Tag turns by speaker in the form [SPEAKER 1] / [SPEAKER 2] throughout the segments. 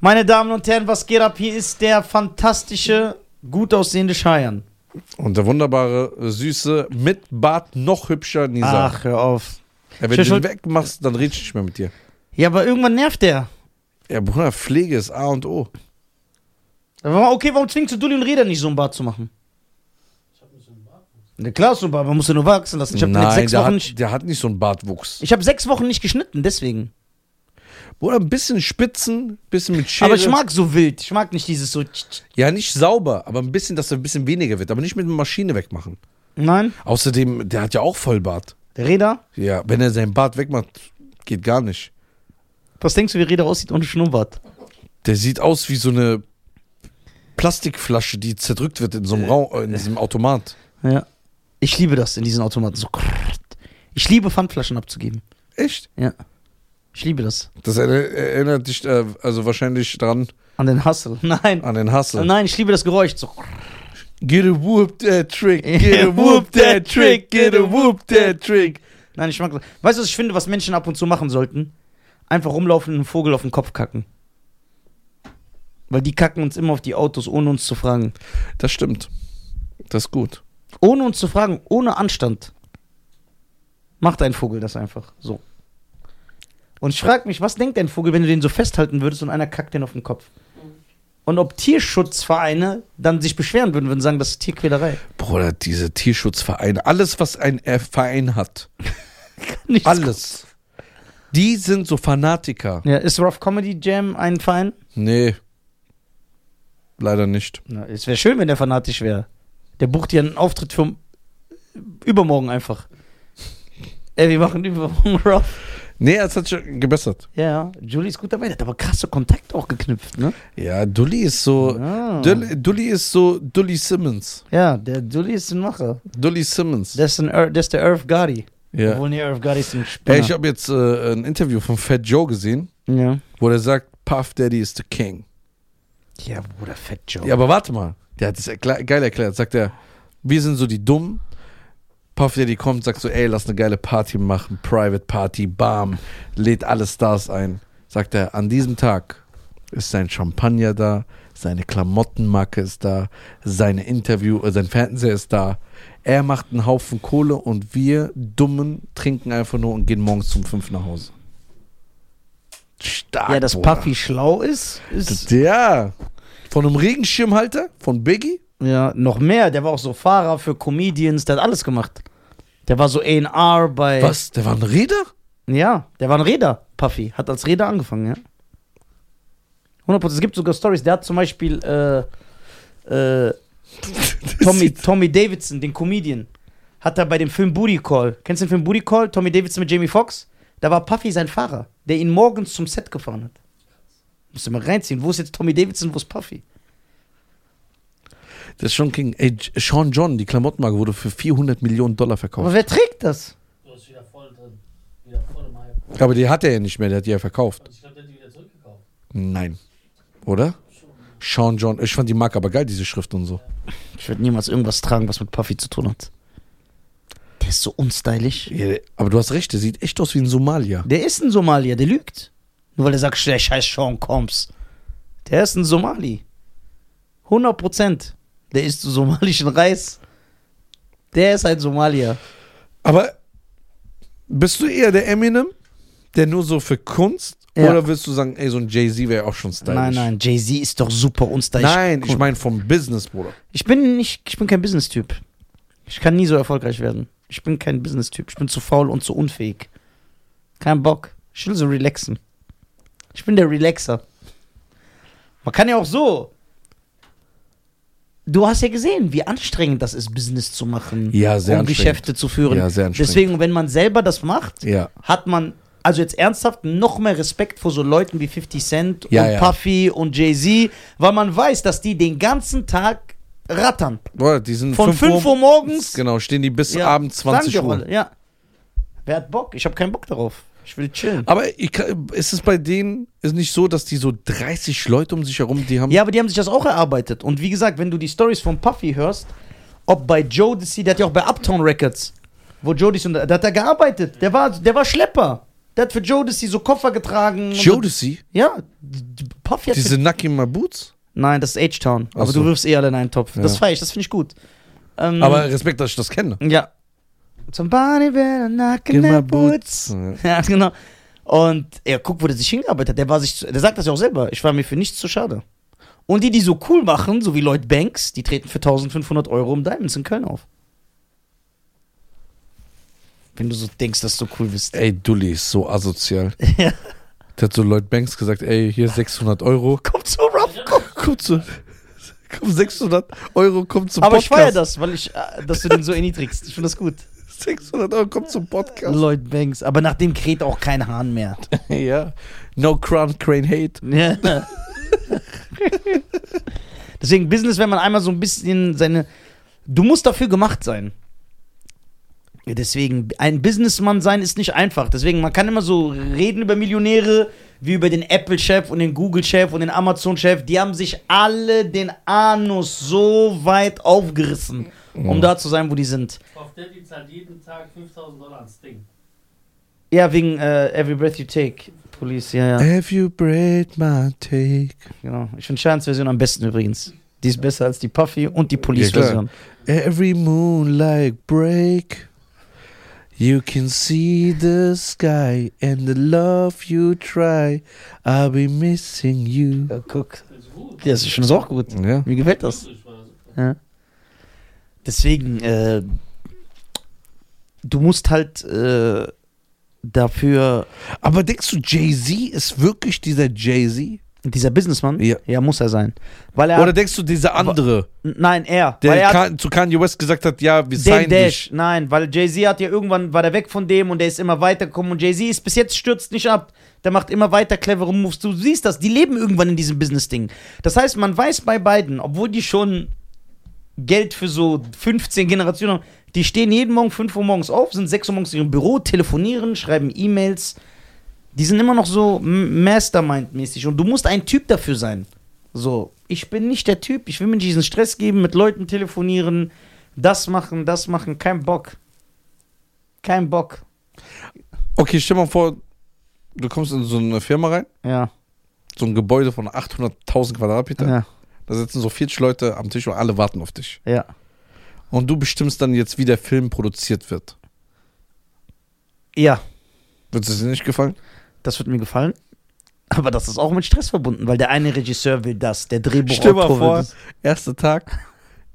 [SPEAKER 1] Meine Damen und Herren, was geht ab? Hier ist der fantastische, gut aussehende Scheiern.
[SPEAKER 2] Und der wunderbare, äh, süße, mit Bart noch hübscher Nisa.
[SPEAKER 1] Ach, hör auf.
[SPEAKER 2] ja, wenn
[SPEAKER 1] ich-
[SPEAKER 2] du ihn wegmachst, dann rede ich nicht mehr mit dir.
[SPEAKER 1] Ja, aber irgendwann nervt der.
[SPEAKER 2] Ja, Bruder, Pflege ist A und O.
[SPEAKER 1] Warum- Okay, warum zwingst du Dulli und Reda nicht, so einen Bart zu machen? Na klar, so ein Bart, man muss ja nur wachsen lassen. Ich habe
[SPEAKER 2] Nein,
[SPEAKER 1] sechs
[SPEAKER 2] der,
[SPEAKER 1] Wochen
[SPEAKER 2] hat,
[SPEAKER 1] nicht.
[SPEAKER 2] der hat nicht so einen Bartwuchs.
[SPEAKER 1] Ich habe sechs Wochen nicht geschnitten, deswegen.
[SPEAKER 2] Bruder, ein bisschen Spitzen, bisschen mit Schere.
[SPEAKER 1] Aber ich mag so wild. Ich mag nicht dieses so. tsch, tsch.
[SPEAKER 2] Ja, nicht sauber, aber ein bisschen, dass er ein bisschen weniger wird. Aber nicht mit einer Maschine wegmachen.
[SPEAKER 1] Nein.
[SPEAKER 2] Außerdem, der hat ja auch Vollbart.
[SPEAKER 1] Der Reda?
[SPEAKER 2] Ja, wenn er seinen Bart wegmacht, geht gar nicht.
[SPEAKER 1] Was denkst du, wie Reda aussieht ohne Schnurrbart?
[SPEAKER 2] Der sieht aus wie so eine Plastikflasche, die zerdrückt wird in so einem, Raum, äh, in diesem Automat.
[SPEAKER 1] Ja. Ich liebe das in diesen Automaten. So. krrrt. Ich liebe Pfandflaschen abzugeben.
[SPEAKER 2] Echt?
[SPEAKER 1] Ja. Ich liebe das.
[SPEAKER 2] Das er- erinnert dich äh, also wahrscheinlich dran
[SPEAKER 1] An den Hustle. Nein.
[SPEAKER 2] an den Hustle.
[SPEAKER 1] Äh, Nein, ich liebe das Geräusch. So.
[SPEAKER 2] Get a whoop that trick,
[SPEAKER 1] get a whoop that trick, get a
[SPEAKER 2] whoop that trick.
[SPEAKER 1] Nein, ich mag das. Weißt du, was ich finde, was Menschen ab und zu machen sollten? Einfach rumlaufen und einen Vogel auf den Kopf kacken. Weil die kacken uns immer auf die Autos, ohne uns zu fragen.
[SPEAKER 2] Das stimmt. Das ist gut.
[SPEAKER 1] Ohne uns zu fragen, ohne Anstand. Macht ein Vogel das einfach. So. Und ich frage mich, was denkt ein Vogel, wenn du den so festhalten würdest und einer kackt den auf den Kopf? Und ob Tierschutzvereine dann sich beschweren würden, würden sagen, das ist Tierquälerei.
[SPEAKER 2] Bruder, diese Tierschutzvereine, alles, was ein äh, Verein hat,
[SPEAKER 1] Nichts.
[SPEAKER 2] alles. Die sind so Fanatiker.
[SPEAKER 1] Ja, ist Rough Comedy Jam ein Verein?
[SPEAKER 2] Nee. Leider nicht.
[SPEAKER 1] Na, es wäre schön, wenn der fanatisch wäre. Der bucht ja einen Auftritt für äh, übermorgen einfach. Ey, wir machen übermorgen Rough.
[SPEAKER 2] Nee, es hat sich gebessert.
[SPEAKER 1] Ja, ja. Julie ist gut dabei, der hat aber krasse Kontakt auch geknüpft, ne?
[SPEAKER 2] Ja, Dulli ist so.
[SPEAKER 1] Ah.
[SPEAKER 2] Dulli, Dulli ist so Dulli Simmons.
[SPEAKER 1] Ja, der Julie ist ein Macher.
[SPEAKER 2] Dulli Simmons.
[SPEAKER 1] Das ist, ein Earth, das ist der Earth Gotti.
[SPEAKER 2] Ja.
[SPEAKER 1] Obwohl, nee, Earth Gotti ist ein Spinner.
[SPEAKER 2] Ey, ich habe jetzt äh, ein Interview von Fat Joe gesehen,
[SPEAKER 1] ja.
[SPEAKER 2] wo der sagt, Puff Daddy is the King.
[SPEAKER 1] ja, Bruder, Fett Joe.
[SPEAKER 2] Ja, aber warte mal. Der hat das erkla- geil erklärt. Sagt er, wir sind so die Dummen. Puff Daddy kommt, sagt so, ey, lass eine geile Party machen. Private Party, bam. Lädt alle Stars ein. Sagt er, an diesem Tag ist sein Champagner da, seine Klamottenmarke ist da, seine Interview, äh, sein Fernseher ist da. Er macht einen Haufen Kohle und wir Dummen trinken einfach nur und gehen morgens um fünf nach Hause. Stark.
[SPEAKER 1] Ja, dass
[SPEAKER 2] Bruder.
[SPEAKER 1] Puffy schlau ist, ist
[SPEAKER 2] Ja. Von einem Regenschirmhalter, von Biggie.
[SPEAKER 1] ja noch mehr. Der war auch so Fahrer für Comedians, der hat alles gemacht. Der war so A&R bei...
[SPEAKER 2] Was? Der war ein Räder?
[SPEAKER 1] Ja, der war ein Räder, Puffy. Hat als Räder angefangen, ja. 100%. Es gibt sogar Stories. Der hat zum Beispiel äh, äh, Tommy, Tommy Davidson, den Comedian, hat er bei dem Film Booty Call. Kennst du den Film Booty Call? Tommy Davidson mit Jamie Foxx? Da war Puffy sein Fahrer, der ihn morgens zum Set gefahren hat. Musst du mal reinziehen. Wo ist jetzt Tommy Davidson, wo ist Puffy?
[SPEAKER 2] Das ist schon King. Ey, J- Sean John, die Klamottenmarke, wurde für 400 Millionen Dollar
[SPEAKER 1] Aber
[SPEAKER 2] verkauft.
[SPEAKER 1] wer trägt das?
[SPEAKER 3] Du hast wieder voll drin. Wieder voll im Hype.
[SPEAKER 2] Aber die hat er ja nicht mehr, der hat die ja verkauft.
[SPEAKER 3] Und ich glaube, der hat die wieder zurückgekauft.
[SPEAKER 2] Nein. Oder? Sean John. Ich fand die Marke aber geil, diese Schrift und so.
[SPEAKER 1] Ich werde niemals irgendwas tragen, was mit Puffy zu tun hat. Der ist so unstylisch.
[SPEAKER 2] Ja, der- aber du hast recht, der sieht echt aus wie ein Somalier.
[SPEAKER 1] Der ist ein Somalier, der lügt. Nur weil er sagt, ich heiße Sean Combs. Der ist ein Somali. 100 Prozent. Der isst somalischen Reis. Der ist ein Somalier.
[SPEAKER 2] Aber bist du eher der Eminem, der nur so für Kunst?
[SPEAKER 1] Ja.
[SPEAKER 2] Oder willst du sagen, ey, so ein Jay-Z wäre auch schon stylisch?
[SPEAKER 1] Nein, nein, Jay-Z ist doch super unstylisch.
[SPEAKER 2] Nein, ich meine vom Business, Bruder.
[SPEAKER 1] Ich bin nicht, ich bin kein Business-Typ. Ich kann nie so erfolgreich werden. Ich bin kein Business-Typ. Ich bin zu faul und zu unfähig. Kein Bock. Ich will so relaxen. Ich bin der Relaxer. Man kann ja auch so. Du hast ja gesehen, wie anstrengend das ist, Business zu machen.
[SPEAKER 2] Ja, sehr
[SPEAKER 1] um
[SPEAKER 2] anstrengend.
[SPEAKER 1] Geschäfte zu führen.
[SPEAKER 2] Ja, sehr anstrengend.
[SPEAKER 1] Deswegen, wenn man selber das macht,
[SPEAKER 2] Ja.
[SPEAKER 1] hat man, also jetzt ernsthaft, noch mehr Respekt vor so Leuten wie 50 Cent
[SPEAKER 2] Ja,
[SPEAKER 1] und
[SPEAKER 2] ja.
[SPEAKER 1] Puffy und Jay-Z, weil man weiß, dass die den ganzen Tag rattern.
[SPEAKER 2] Bruder, die sind
[SPEAKER 1] Von 5 Uhr, morgens
[SPEAKER 2] Genau, stehen die bis
[SPEAKER 1] Ja,
[SPEAKER 2] abends
[SPEAKER 1] sagen
[SPEAKER 2] 20
[SPEAKER 1] die
[SPEAKER 2] Uhr.
[SPEAKER 1] alle, Ja. Wer hat Bock? Ich habe keinen Bock darauf. Ich will chillen.
[SPEAKER 2] Aber ich, kann- ist es bei denen ist nicht so, dass die so 30 Leute um sich herum, die haben.
[SPEAKER 1] Ja, aber die haben sich das auch erarbeitet. Und wie gesagt, wenn du die Stories von Puffy hörst, ob bei Jodeci, der hat ja auch bei Uptown Records, wo Jodeci und da hat er gearbeitet. Der war, der war Schlepper. Der hat für Jodeci so Koffer getragen. und-
[SPEAKER 2] Jodeci?
[SPEAKER 1] Ja, d- d- Puffy hat
[SPEAKER 2] Diese Nucky in My Boots?
[SPEAKER 1] Nein, das ist H-Town.
[SPEAKER 2] Ach
[SPEAKER 1] Aber
[SPEAKER 2] so.
[SPEAKER 1] du wirfst eh alle in einen Topf. Das
[SPEAKER 2] Ja.
[SPEAKER 1] feier ich, das finde ich gut. Ähm,
[SPEAKER 2] Aber Respekt, dass ich das kenne.
[SPEAKER 1] Ja. Somebody better knock
[SPEAKER 2] In
[SPEAKER 1] in
[SPEAKER 2] my
[SPEAKER 1] their boots.
[SPEAKER 2] boots.
[SPEAKER 1] Ja, genau. Und ja, guck, wo der sich hingearbeitet hat. Der, war sich, zu- der sagt das ja auch selber. Ich war mir für nichts zu schade. Und die, die so cool machen, so wie Lloyd Banks, die treten für 1500 Euro im Diamonds in Köln auf. Wenn du so denkst, dass du cool bist.
[SPEAKER 2] Ey, Dulli ist so asozial.
[SPEAKER 1] Ja.
[SPEAKER 2] Der hat so Lloyd Banks gesagt, ey, hier 600 Euro.
[SPEAKER 1] Kommt so rough, komm.
[SPEAKER 2] Komm zu, komm 600 Euro, komm zum
[SPEAKER 1] Aber ich
[SPEAKER 2] Podcast.
[SPEAKER 1] feier das, weil ich, äh, dass du den so erniedrigst. Ich finde das gut.
[SPEAKER 2] 600 Euro, komm zum Podcast.
[SPEAKER 1] Lloyd Banks. Aber nach dem kräht auch kein Hahn mehr.
[SPEAKER 2] ja. No Crown Crane Hate.
[SPEAKER 1] Ja. Deswegen Business, wenn man einmal so ein bisschen seine. Du musst dafür gemacht sein. Ja, Deswegen, ein Businessmann sein ist nicht einfach. Deswegen, man kann immer so reden über Millionäre, wie über den Apple-Chef und den Google-Chef und den Amazon-Chef. Die haben sich alle den Anus so weit aufgerissen, um
[SPEAKER 2] Ja.
[SPEAKER 1] da zu sein, wo die sind.
[SPEAKER 3] Auf der die zahlt jeden Tag 5000 Dollar an Sting.
[SPEAKER 1] Ja, wegen äh, Every Breath You Take, Police, ja, ja.
[SPEAKER 2] Have you break my take?
[SPEAKER 1] Genau. Ich finde Shans Version am besten übrigens. Die ist besser als die Puffy und die
[SPEAKER 2] klar.
[SPEAKER 1] Police-Version.
[SPEAKER 2] Every moonlight break. You can see the sky and the love you try. I'll be missing you.
[SPEAKER 1] Ja, guck.
[SPEAKER 3] Das ist gut.
[SPEAKER 1] Das ist schon so auch gut.
[SPEAKER 2] Ja.
[SPEAKER 1] Mir gefällt das.
[SPEAKER 3] Ich war super.
[SPEAKER 1] Deswegen, äh, du musst halt äh, dafür.
[SPEAKER 2] Aber denkst du, Jay-Z ist wirklich dieser Jay-Z?
[SPEAKER 1] Dieser Businessmann,
[SPEAKER 2] Ja.
[SPEAKER 1] muss er sein. Weil er.
[SPEAKER 2] Oder denkst du, dieser andere,
[SPEAKER 1] N- nein, er.
[SPEAKER 2] der
[SPEAKER 1] weil er hat
[SPEAKER 2] Ka- zu Kanye West gesagt hat, ja,
[SPEAKER 1] den
[SPEAKER 2] wir sein
[SPEAKER 1] Dash.
[SPEAKER 2] dich.
[SPEAKER 1] Nein, weil Jay-Z hat ja irgendwann, war der weg von dem und der ist immer weitergekommen und Jay-Z ist bis jetzt stürzt nicht ab. Der macht immer weiter clevere Moves. Du siehst das, die leben irgendwann in diesem Business-Ding. Das heißt, man weiß bei beiden, obwohl die schon Geld für so 15 Generationen haben, die stehen jeden Morgen 5 Uhr morgens auf, sind 6 Uhr morgens in ihrem Büro, telefonieren, schreiben E-Mails. Die sind immer noch so m- Mastermind-mäßig und du musst ein Typ dafür sein. So, ich bin nicht der Typ, ich will mir nicht diesen Stress geben, mit Leuten telefonieren, das machen, das machen, kein Bock. Kein Bock.
[SPEAKER 2] Okay, stell mal vor, du kommst in so eine Firma rein,
[SPEAKER 1] Ja.
[SPEAKER 2] so ein Gebäude von 800.000 Quadratmeter.
[SPEAKER 1] Ja.
[SPEAKER 2] Da sitzen so 40 Leute am Tisch und alle warten auf dich.
[SPEAKER 1] ja.
[SPEAKER 2] Und du bestimmst dann jetzt, wie der Film produziert wird.
[SPEAKER 1] Ja,
[SPEAKER 2] Wird es dir nicht gefallen?
[SPEAKER 1] das wird mir gefallen. Aber das ist auch mit Stress verbunden, weil der eine Regisseur will das, der Drehbuchautor
[SPEAKER 2] Stell mal
[SPEAKER 1] will
[SPEAKER 2] vor,
[SPEAKER 1] das.
[SPEAKER 2] erster Tag,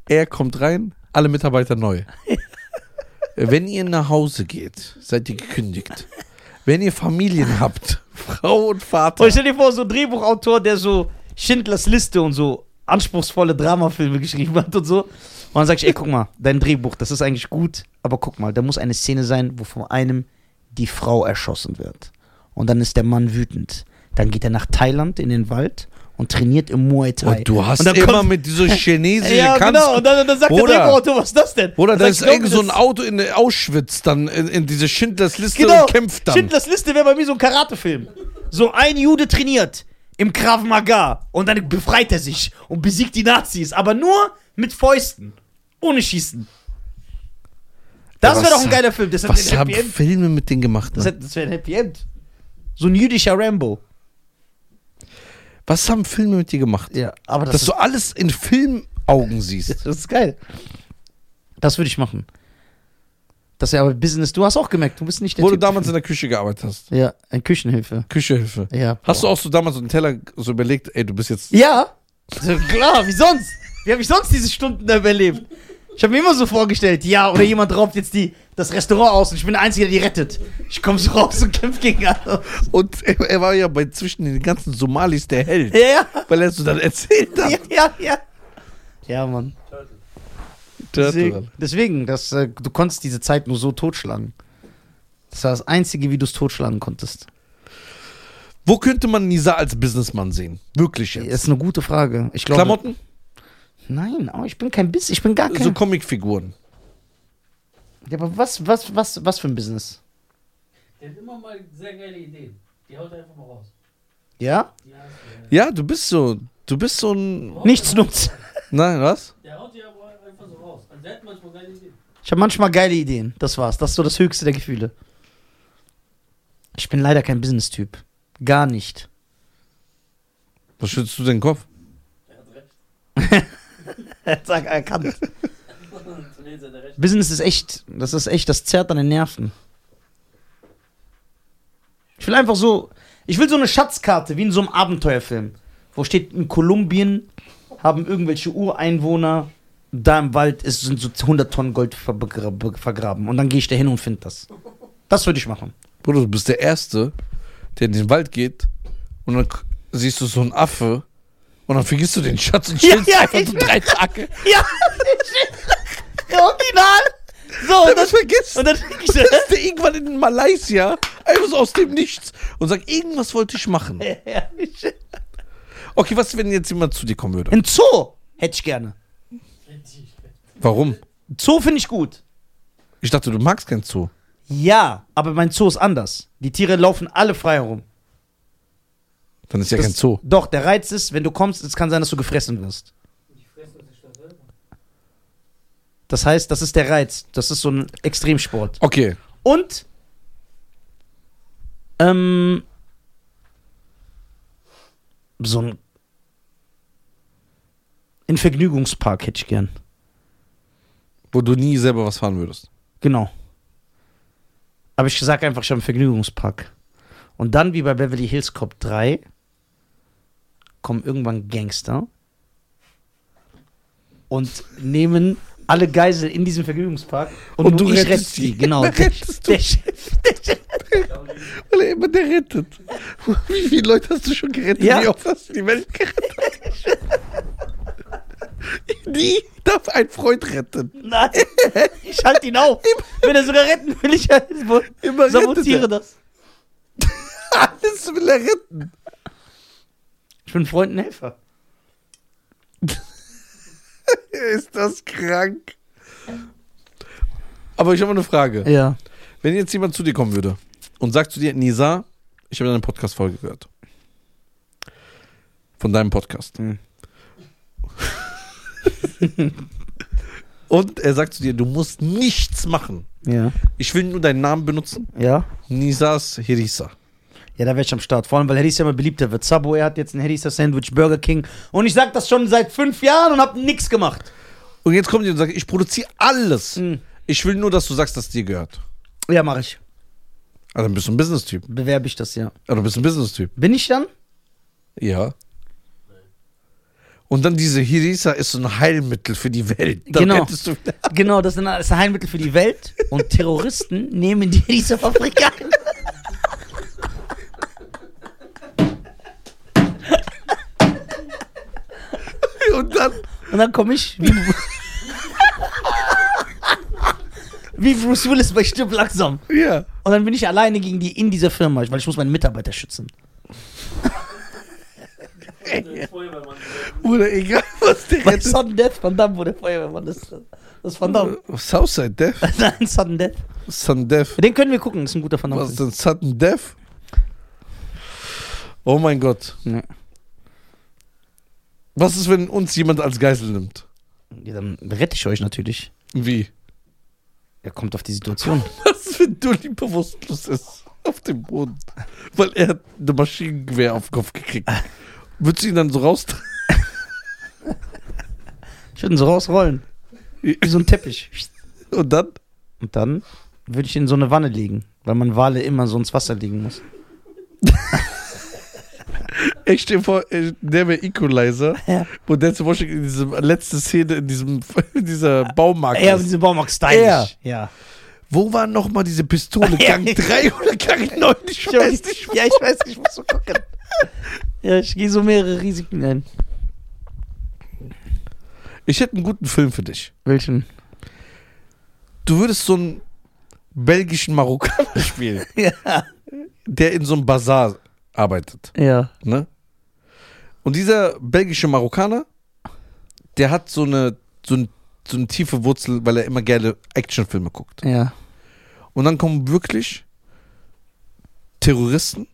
[SPEAKER 2] er kommt rein, alle Mitarbeiter neu. Wenn ihr nach Hause geht, seid ihr gekündigt. Wenn ihr Familien habt, Frau und Vater.
[SPEAKER 1] Und stell dir vor, so ein Drehbuchautor, der so Schindlers Liste und so anspruchsvolle Dramafilme geschrieben hat und so. Und dann sag ich, ey, guck mal, dein Drehbuch, das ist eigentlich gut, aber guck mal, da muss eine Szene sein, wo von einem die Frau erschossen wird. Und dann ist der Mann wütend. Dann geht er nach Thailand in den Wald und trainiert im Muay Thai.
[SPEAKER 2] Und du hast
[SPEAKER 1] Und dann
[SPEAKER 2] immer
[SPEAKER 1] kommt-
[SPEAKER 2] mit dieser chinesischen
[SPEAKER 1] ja,
[SPEAKER 2] Kanz.
[SPEAKER 1] genau. Und dann, dann sagt
[SPEAKER 2] Bruder.
[SPEAKER 1] der Drehbuchautor, was ist das denn?
[SPEAKER 2] Oder da
[SPEAKER 1] Dann
[SPEAKER 2] ist
[SPEAKER 1] sag ich,
[SPEAKER 2] irgend so
[SPEAKER 1] glaub
[SPEAKER 2] ein
[SPEAKER 1] mir,
[SPEAKER 2] Auto in Auschwitz dann in, in diese Schindlers Liste
[SPEAKER 1] Genau.
[SPEAKER 2] und kämpft dann.
[SPEAKER 1] Schindlers Liste wäre bei mir so ein Karatefilm. So ein Jude trainiert im Krav Maga und dann befreit er sich und besiegt die Nazis, aber nur mit Fäusten, ohne Schießen. Das
[SPEAKER 2] Ja,
[SPEAKER 1] wäre
[SPEAKER 2] was
[SPEAKER 1] doch ein
[SPEAKER 2] hat-
[SPEAKER 1] geiler Film. Das hat
[SPEAKER 2] Was
[SPEAKER 1] ein
[SPEAKER 2] haben
[SPEAKER 1] Happy End.
[SPEAKER 2] Filme mit denen gemacht?
[SPEAKER 1] Das,
[SPEAKER 2] Ne?
[SPEAKER 1] hat- das wäre ein Happy End. So ein jüdischer Rambo.
[SPEAKER 2] Was haben Filme mit dir gemacht?
[SPEAKER 1] Ja, aber das,
[SPEAKER 2] Dass du alles in Filmaugen siehst.
[SPEAKER 1] ist, das ist geil. Das würde ich machen. Das wäre aber Business. Du hast auch gemerkt, du bist nicht der
[SPEAKER 2] Wo du
[SPEAKER 1] Typ.
[SPEAKER 2] damals in der Küche gearbeitet hast.
[SPEAKER 1] ja, ein Küchenhilfe.
[SPEAKER 2] Küchehilfe.
[SPEAKER 1] Ja.
[SPEAKER 2] Hast du auch so damals so einen Teller so überlegt, ey, du bist jetzt.
[SPEAKER 1] Ja. So, klar, wie sonst? Wie habe ich sonst diese Stunden da überlebt? Ich habe mir immer so vorgestellt, ja, oder jemand raubt jetzt die, das Restaurant aus und ich bin der Einzige, der die rettet. Ich komme so raus und kämpfe gegen alle.
[SPEAKER 2] Und er, er war ja bei zwischen den ganzen Somalis der Held.
[SPEAKER 1] Ja, ja,
[SPEAKER 2] Weil er so dann erzählt hat.
[SPEAKER 1] ja, ja, ja. Ja, Mann.
[SPEAKER 3] Turtle.
[SPEAKER 1] Deswegen,
[SPEAKER 2] Turtle.
[SPEAKER 1] deswegen das, äh, du konntest diese Zeit nur so totschlagen. Das war das Einzige, wie du es totschlagen konntest.
[SPEAKER 2] Wo könnte man Nisa als Businessmann sehen? Wirklich
[SPEAKER 1] Das
[SPEAKER 2] jetzt.
[SPEAKER 1] ist eine gute Frage. Ich glaube,
[SPEAKER 2] Klamotten?
[SPEAKER 1] Nein, oh, ich bin kein Biss, ich bin gar kein.
[SPEAKER 2] So Comicfiguren.
[SPEAKER 1] ja, aber was, was, was, was für ein Business?
[SPEAKER 3] Der hat immer mal sehr geile Ideen. Die haut er einfach mal raus.
[SPEAKER 1] Ja?
[SPEAKER 3] Die hast du,
[SPEAKER 2] Ja, du bist so. Du bist so ein.
[SPEAKER 1] Nichts nutzt.
[SPEAKER 2] Nein, was?
[SPEAKER 3] ja. Der haut die aber einfach so raus. Also der hat manchmal geile Ideen.
[SPEAKER 1] Ich habe manchmal geile Ideen. Das war's. Das ist so das Höchste der Gefühle. Ich bin leider kein Business-Typ. Gar nicht.
[SPEAKER 2] Was schützt du den Kopf?
[SPEAKER 3] Er hat recht.
[SPEAKER 1] Sag erkannt.
[SPEAKER 3] Therese hat recht.
[SPEAKER 1] Business ist echt, das ist echt, das zerrt an den Nerven. Ich will einfach so, ich will so eine Schatzkarte, wie in so einem Abenteuerfilm, wo steht, in Kolumbien haben irgendwelche Ureinwohner, da im Wald ist, sind so 100 Tonnen Gold ver- begra- be- vergraben und dann gehe ich da hin und finde das. Das würde ich machen.
[SPEAKER 2] Bruder, du bist der Erste, der in den Wald geht und dann k- siehst du so einen Affe und dann vergisst du den Schatz und
[SPEAKER 1] Ja,
[SPEAKER 2] chillst
[SPEAKER 1] ja,
[SPEAKER 2] einfach
[SPEAKER 1] ich-
[SPEAKER 2] so drei Tage.
[SPEAKER 1] Ja, original. So,
[SPEAKER 2] Damit vergisst
[SPEAKER 1] und dann denke ich so,
[SPEAKER 2] Dann ist der irgendwann in Malaysia, einfach so aus dem Nichts und sagt, irgendwas wollte ich machen. Okay, was, wenn jetzt jemand zu dir kommen würde?
[SPEAKER 1] ein Zoo hätte ich gerne.
[SPEAKER 2] Warum?
[SPEAKER 1] Ein Zoo finde ich gut.
[SPEAKER 2] Ich dachte, du magst kein Zoo.
[SPEAKER 1] Ja, aber mein Zoo ist anders. Die Tiere laufen alle frei herum.
[SPEAKER 2] Dann ist ja kein
[SPEAKER 1] Das-
[SPEAKER 2] Zoo.
[SPEAKER 1] Doch, der Reiz ist, wenn du kommst, es kann sein, dass du gefressen wirst.
[SPEAKER 3] Die fressen sich doch selber.
[SPEAKER 1] Das heißt, das ist der Reiz. Das ist so ein Extremsport.
[SPEAKER 2] Okay,
[SPEAKER 1] Und ähm, so ein in Vergnügungspark hätte ich gern.
[SPEAKER 2] wo du nie selber was fahren würdest.
[SPEAKER 1] Genau. Aber ich sag einfach, ich habe einen Vergnügungspark. Und dann, wie bei Beverly Hills Cop 3, kommen irgendwann Gangster und nehmen alle Geiseln in diesem Vergnügungspark und,
[SPEAKER 2] Und
[SPEAKER 1] nur
[SPEAKER 2] du
[SPEAKER 1] ich
[SPEAKER 2] rettest
[SPEAKER 1] rette
[SPEAKER 2] sie.
[SPEAKER 1] sie. Genau.
[SPEAKER 2] Da rettest du.
[SPEAKER 1] Der Chef-
[SPEAKER 2] Weil er immer der rettet. Wie viele Leute hast du schon gerettet?
[SPEAKER 1] Ja.
[SPEAKER 2] Wie oft hast du die Welt gerettet? Nie darf ein Freund retten.
[SPEAKER 1] Nein, ich halte ihn auf. Wenn er sogar retten will, ich
[SPEAKER 2] Immer rettet
[SPEAKER 1] sabotiere
[SPEAKER 2] er.
[SPEAKER 1] das.
[SPEAKER 2] Alles will er retten.
[SPEAKER 1] Ich bin Freund und Helfer.
[SPEAKER 2] Ist das krank? Aber ich habe eine Frage.
[SPEAKER 1] Ja.
[SPEAKER 2] Wenn jetzt jemand zu dir kommen würde und sagt zu dir, Nisa, ich habe deine Podcast-Folge gehört. Von deinem Podcast.
[SPEAKER 1] Mhm.
[SPEAKER 2] und er sagt zu dir, du musst nichts machen.
[SPEAKER 1] Ja.
[SPEAKER 2] Ich will nur deinen Namen benutzen.
[SPEAKER 1] Ja.
[SPEAKER 2] Nisas Hirisa.
[SPEAKER 1] Ja, da wäre ich am Start. Vor allem, weil Harry's ja immer beliebter wird. Subway hat jetzt ein Harry's Sandwich, Burger King. Und ich sag das schon seit fünf Jahren und hab nix gemacht.
[SPEAKER 2] Und jetzt kommt ihr und sagt, ich produziere alles.
[SPEAKER 1] Mhm.
[SPEAKER 2] Ich will nur, dass du sagst, dass es dir gehört.
[SPEAKER 1] Ja, mache ich.
[SPEAKER 2] Also dann bist du ein Business-Typ.
[SPEAKER 1] Bewerbe ich das, ja.
[SPEAKER 2] Also du bist ein Business-Typ.
[SPEAKER 1] Bin ich dann?
[SPEAKER 2] Ja. Und dann diese Hirisa ist so ein Heilmittel für die Welt. Dann
[SPEAKER 1] Genau.
[SPEAKER 2] hättest du wieder
[SPEAKER 1] Genau, das ist ein- das ist ein Heilmittel für die Welt. Und Terroristen nehmen die Harry's Fabrik an.
[SPEAKER 2] Und dann,
[SPEAKER 1] Und dann komme ich wie, wie Bruce Willis bei Stirb langsam.
[SPEAKER 2] ja.
[SPEAKER 1] Und dann bin ich alleine gegen die in dieser Firma, weil ich muss meine Mitarbeiter schützen.
[SPEAKER 3] Der Feuerwehrmann.
[SPEAKER 2] Oder egal, was der
[SPEAKER 1] Bei
[SPEAKER 2] jetzt.
[SPEAKER 1] Sudden Death, Van Damme, wo der Feuerwehrmann ist. Das ist Van Damme.
[SPEAKER 2] Southside Death?
[SPEAKER 1] Nein, Sudden Death.
[SPEAKER 2] Sudden Death.
[SPEAKER 1] Den können wir gucken, ist ein guter Van
[SPEAKER 2] Was
[SPEAKER 1] Damme.
[SPEAKER 2] ist denn Sudden Death? Oh mein Gott.
[SPEAKER 1] Ja.
[SPEAKER 2] Was ist, wenn uns jemand als Geisel nimmt?
[SPEAKER 1] Ja, dann rette ich euch natürlich.
[SPEAKER 2] Wie?
[SPEAKER 1] Er kommt auf die Situation.
[SPEAKER 2] Was ist, wenn Dulli bewusstlos ist? Auf dem Boden. Weil er hat eine Maschinengewehr auf den Kopf gekriegt. Würdest du ihn dann so raustragen?
[SPEAKER 1] Ich würde ihn so rausrollen. Wie so ein Teppich.
[SPEAKER 2] Und dann?
[SPEAKER 1] Und dann würde ich ihn in so eine Wanne legen, weil man Wale immer so ins Wasser legen muss.
[SPEAKER 2] Ich stehe vor, äh, der wäre Equalizer.
[SPEAKER 1] Ja.
[SPEAKER 2] Und der zum Beispiel in dieser letzten Szene, in, diesem, in dieser Baumarkt.
[SPEAKER 1] Ja,
[SPEAKER 2] ist.
[SPEAKER 1] diese Baumarkt stylisch. Ja.
[SPEAKER 2] Wo war nochmal diese Pistole?
[SPEAKER 1] Ja.
[SPEAKER 2] Gang 3 oder Gang 9? Ich
[SPEAKER 1] Ich weiß
[SPEAKER 2] weiß nicht.
[SPEAKER 1] Ja, ich weiß, ich muss so gucken. Ja, ich gehe so mehrere Risiken ein.
[SPEAKER 2] Ich hätte einen guten Film für dich.
[SPEAKER 1] Welchen?
[SPEAKER 2] Du würdest so einen belgischen Marokkaner spielen,
[SPEAKER 1] Ja.
[SPEAKER 2] der in so einem Bazar arbeitet.
[SPEAKER 1] Ja.
[SPEAKER 2] Ne? Und dieser belgische Marokkaner, der hat so eine, so, ein, so eine tiefe Wurzel, weil er immer gerne Actionfilme guckt.
[SPEAKER 1] Ja.
[SPEAKER 2] Und dann kommen wirklich Terroristen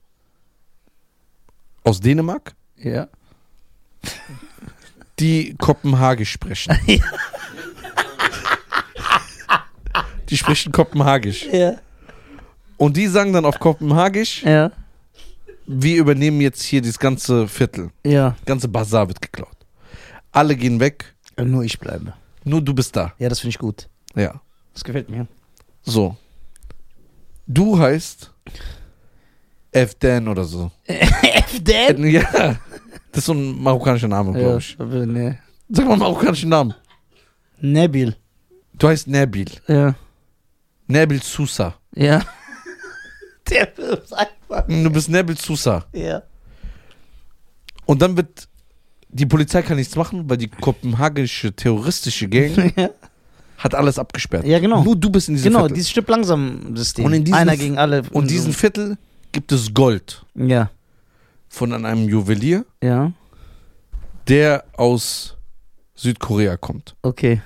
[SPEAKER 2] aus Dänemark,
[SPEAKER 1] Ja.
[SPEAKER 2] die Kopenhagen sprechen. die sprechen Kopenhagisch.
[SPEAKER 1] Ja.
[SPEAKER 2] Und die sagen dann auf Kopenhagisch,
[SPEAKER 1] Ja.
[SPEAKER 2] wir übernehmen jetzt hier dieses ganze Viertel.
[SPEAKER 1] Ja.
[SPEAKER 2] Das ganze Bazar wird geklaut. Alle gehen weg,
[SPEAKER 1] Nur ich bleibe.
[SPEAKER 2] nur du bist da.
[SPEAKER 1] Ja, das finde ich gut.
[SPEAKER 2] Ja.
[SPEAKER 1] Das gefällt mir.
[SPEAKER 2] So. Du heißt Efdan oder so.
[SPEAKER 1] F-Dan?
[SPEAKER 2] Ja. Das ist so ein marokkanischer Name, glaube
[SPEAKER 1] Ja,
[SPEAKER 2] ich.
[SPEAKER 1] aber nee.
[SPEAKER 2] Sag mal einen marokkanischen Namen.
[SPEAKER 1] Nebil.
[SPEAKER 2] Du heißt Nabil.
[SPEAKER 1] Ja.
[SPEAKER 2] Nabil Sousa.
[SPEAKER 1] Ja. Der ist einfach.
[SPEAKER 2] Du bist Nabil Sousa.
[SPEAKER 1] Ja.
[SPEAKER 2] Und dann wird. Die Polizei kann nichts machen, weil die kopenhagische terroristische Gang hat alles abgesperrt.
[SPEAKER 1] Ja, genau.
[SPEAKER 2] Nur du bist in diesem
[SPEAKER 1] Genau,
[SPEAKER 2] Viertel.
[SPEAKER 1] dieses Stück langsam System.
[SPEAKER 2] Und in diesen-
[SPEAKER 1] Einer gegen alle.
[SPEAKER 2] Und diesen Viertel gibt es Gold
[SPEAKER 1] Ja.
[SPEAKER 2] von an einem Juwelier,
[SPEAKER 1] Ja.
[SPEAKER 2] der aus Südkorea kommt.
[SPEAKER 1] Okay.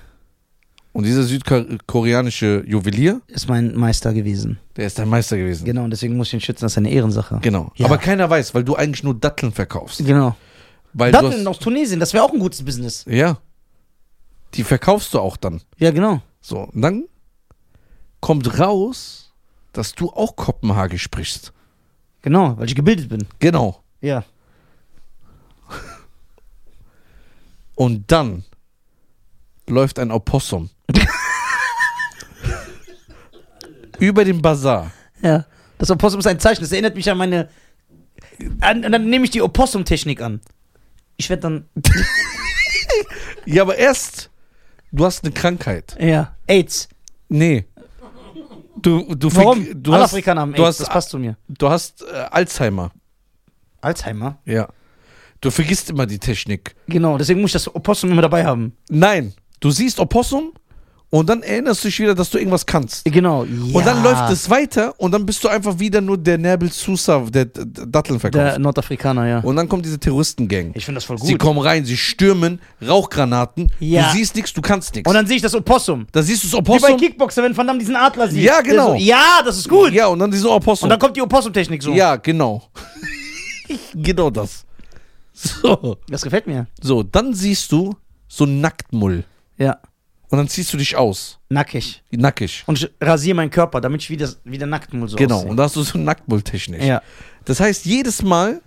[SPEAKER 2] Und dieser südkoreanische Juwelier,
[SPEAKER 1] Ist mein Meister gewesen.
[SPEAKER 2] der ist dein Meister gewesen.
[SPEAKER 1] Genau, und deswegen muss ich ihn schützen. Das ist eine Ehrensache.
[SPEAKER 2] Genau.
[SPEAKER 1] Ja.
[SPEAKER 2] Aber keiner weiß, weil du eigentlich nur Datteln verkaufst.
[SPEAKER 1] Genau.
[SPEAKER 2] Weil
[SPEAKER 1] Datteln
[SPEAKER 2] du
[SPEAKER 1] aus Tunesien, das wäre auch ein gutes Business.
[SPEAKER 2] hast, Ja. Die verkaufst du auch dann.
[SPEAKER 1] Ja, genau.
[SPEAKER 2] So, und dann kommt raus, dass du auch Kopenhagen sprichst.
[SPEAKER 1] Genau, weil ich gebildet bin.
[SPEAKER 2] Genau.
[SPEAKER 1] Ja.
[SPEAKER 2] Und dann läuft ein Opossum über den Bazar.
[SPEAKER 1] Ja. Das Opossum ist ein Zeichen. Das erinnert mich an meine. An, und dann nehme ich die Opossum-Technik an. Ich werde dann.
[SPEAKER 2] Ja, aber erst, du hast eine Krankheit.
[SPEAKER 1] Ja. AIDS.
[SPEAKER 2] Nee. Du, du, fick-
[SPEAKER 1] Warum?
[SPEAKER 2] Du
[SPEAKER 1] Alle
[SPEAKER 2] hast,
[SPEAKER 1] Afrikaner haben
[SPEAKER 2] du
[SPEAKER 1] AIDS.
[SPEAKER 2] hast,
[SPEAKER 1] Das passt zu mir.
[SPEAKER 2] du hast äh, Alzheimer.
[SPEAKER 1] Alzheimer.
[SPEAKER 2] Ja. Du vergisst immer die Technik.
[SPEAKER 1] Genau, deswegen muss ich das Opossum immer dabei haben.
[SPEAKER 2] Nein, du siehst Opossum und dann erinnerst du dich wieder, dass du irgendwas kannst.
[SPEAKER 1] Genau.
[SPEAKER 2] Und dann läuft es weiter und dann bist du einfach wieder nur der Nerbel Sousa, der D- D- Datteln
[SPEAKER 1] Der
[SPEAKER 2] verkauft.
[SPEAKER 1] Nordafrikaner, ja.
[SPEAKER 2] Und dann kommt diese Terroristengang.
[SPEAKER 1] Ich finde das voll
[SPEAKER 2] Sie
[SPEAKER 1] gut.
[SPEAKER 2] kommen rein, sie stürmen, Rauchgranaten.
[SPEAKER 1] Ja.
[SPEAKER 2] Du siehst nichts, du kannst nichts.
[SPEAKER 1] Und dann sehe ich das Opossum.
[SPEAKER 2] Da siehst du das
[SPEAKER 1] Wie bei
[SPEAKER 2] Opossum.
[SPEAKER 1] Kickboxer, wenn Van Damme diesen Adler sieht.
[SPEAKER 2] Ja,
[SPEAKER 1] Der
[SPEAKER 2] genau.
[SPEAKER 1] So, ja, das ist gut.
[SPEAKER 2] Ja, und dann diese Opossum.
[SPEAKER 1] Und dann kommt die Opossum-Technik so.
[SPEAKER 2] Ja, genau. genau das. So.
[SPEAKER 1] Das gefällt mir.
[SPEAKER 2] so, dann siehst du so einen Nacktmull.
[SPEAKER 1] Ja.
[SPEAKER 2] Und dann ziehst du dich aus.
[SPEAKER 1] Nackig.
[SPEAKER 2] Nackig.
[SPEAKER 1] Und ich rasiere meinen Körper, damit ich wieder, wieder nackt muss. So
[SPEAKER 2] Genau,
[SPEAKER 1] aussehe.
[SPEAKER 2] und da hast du so Nacktmull-Technik.
[SPEAKER 1] Ja. das heißt,
[SPEAKER 2] Jedes Mal,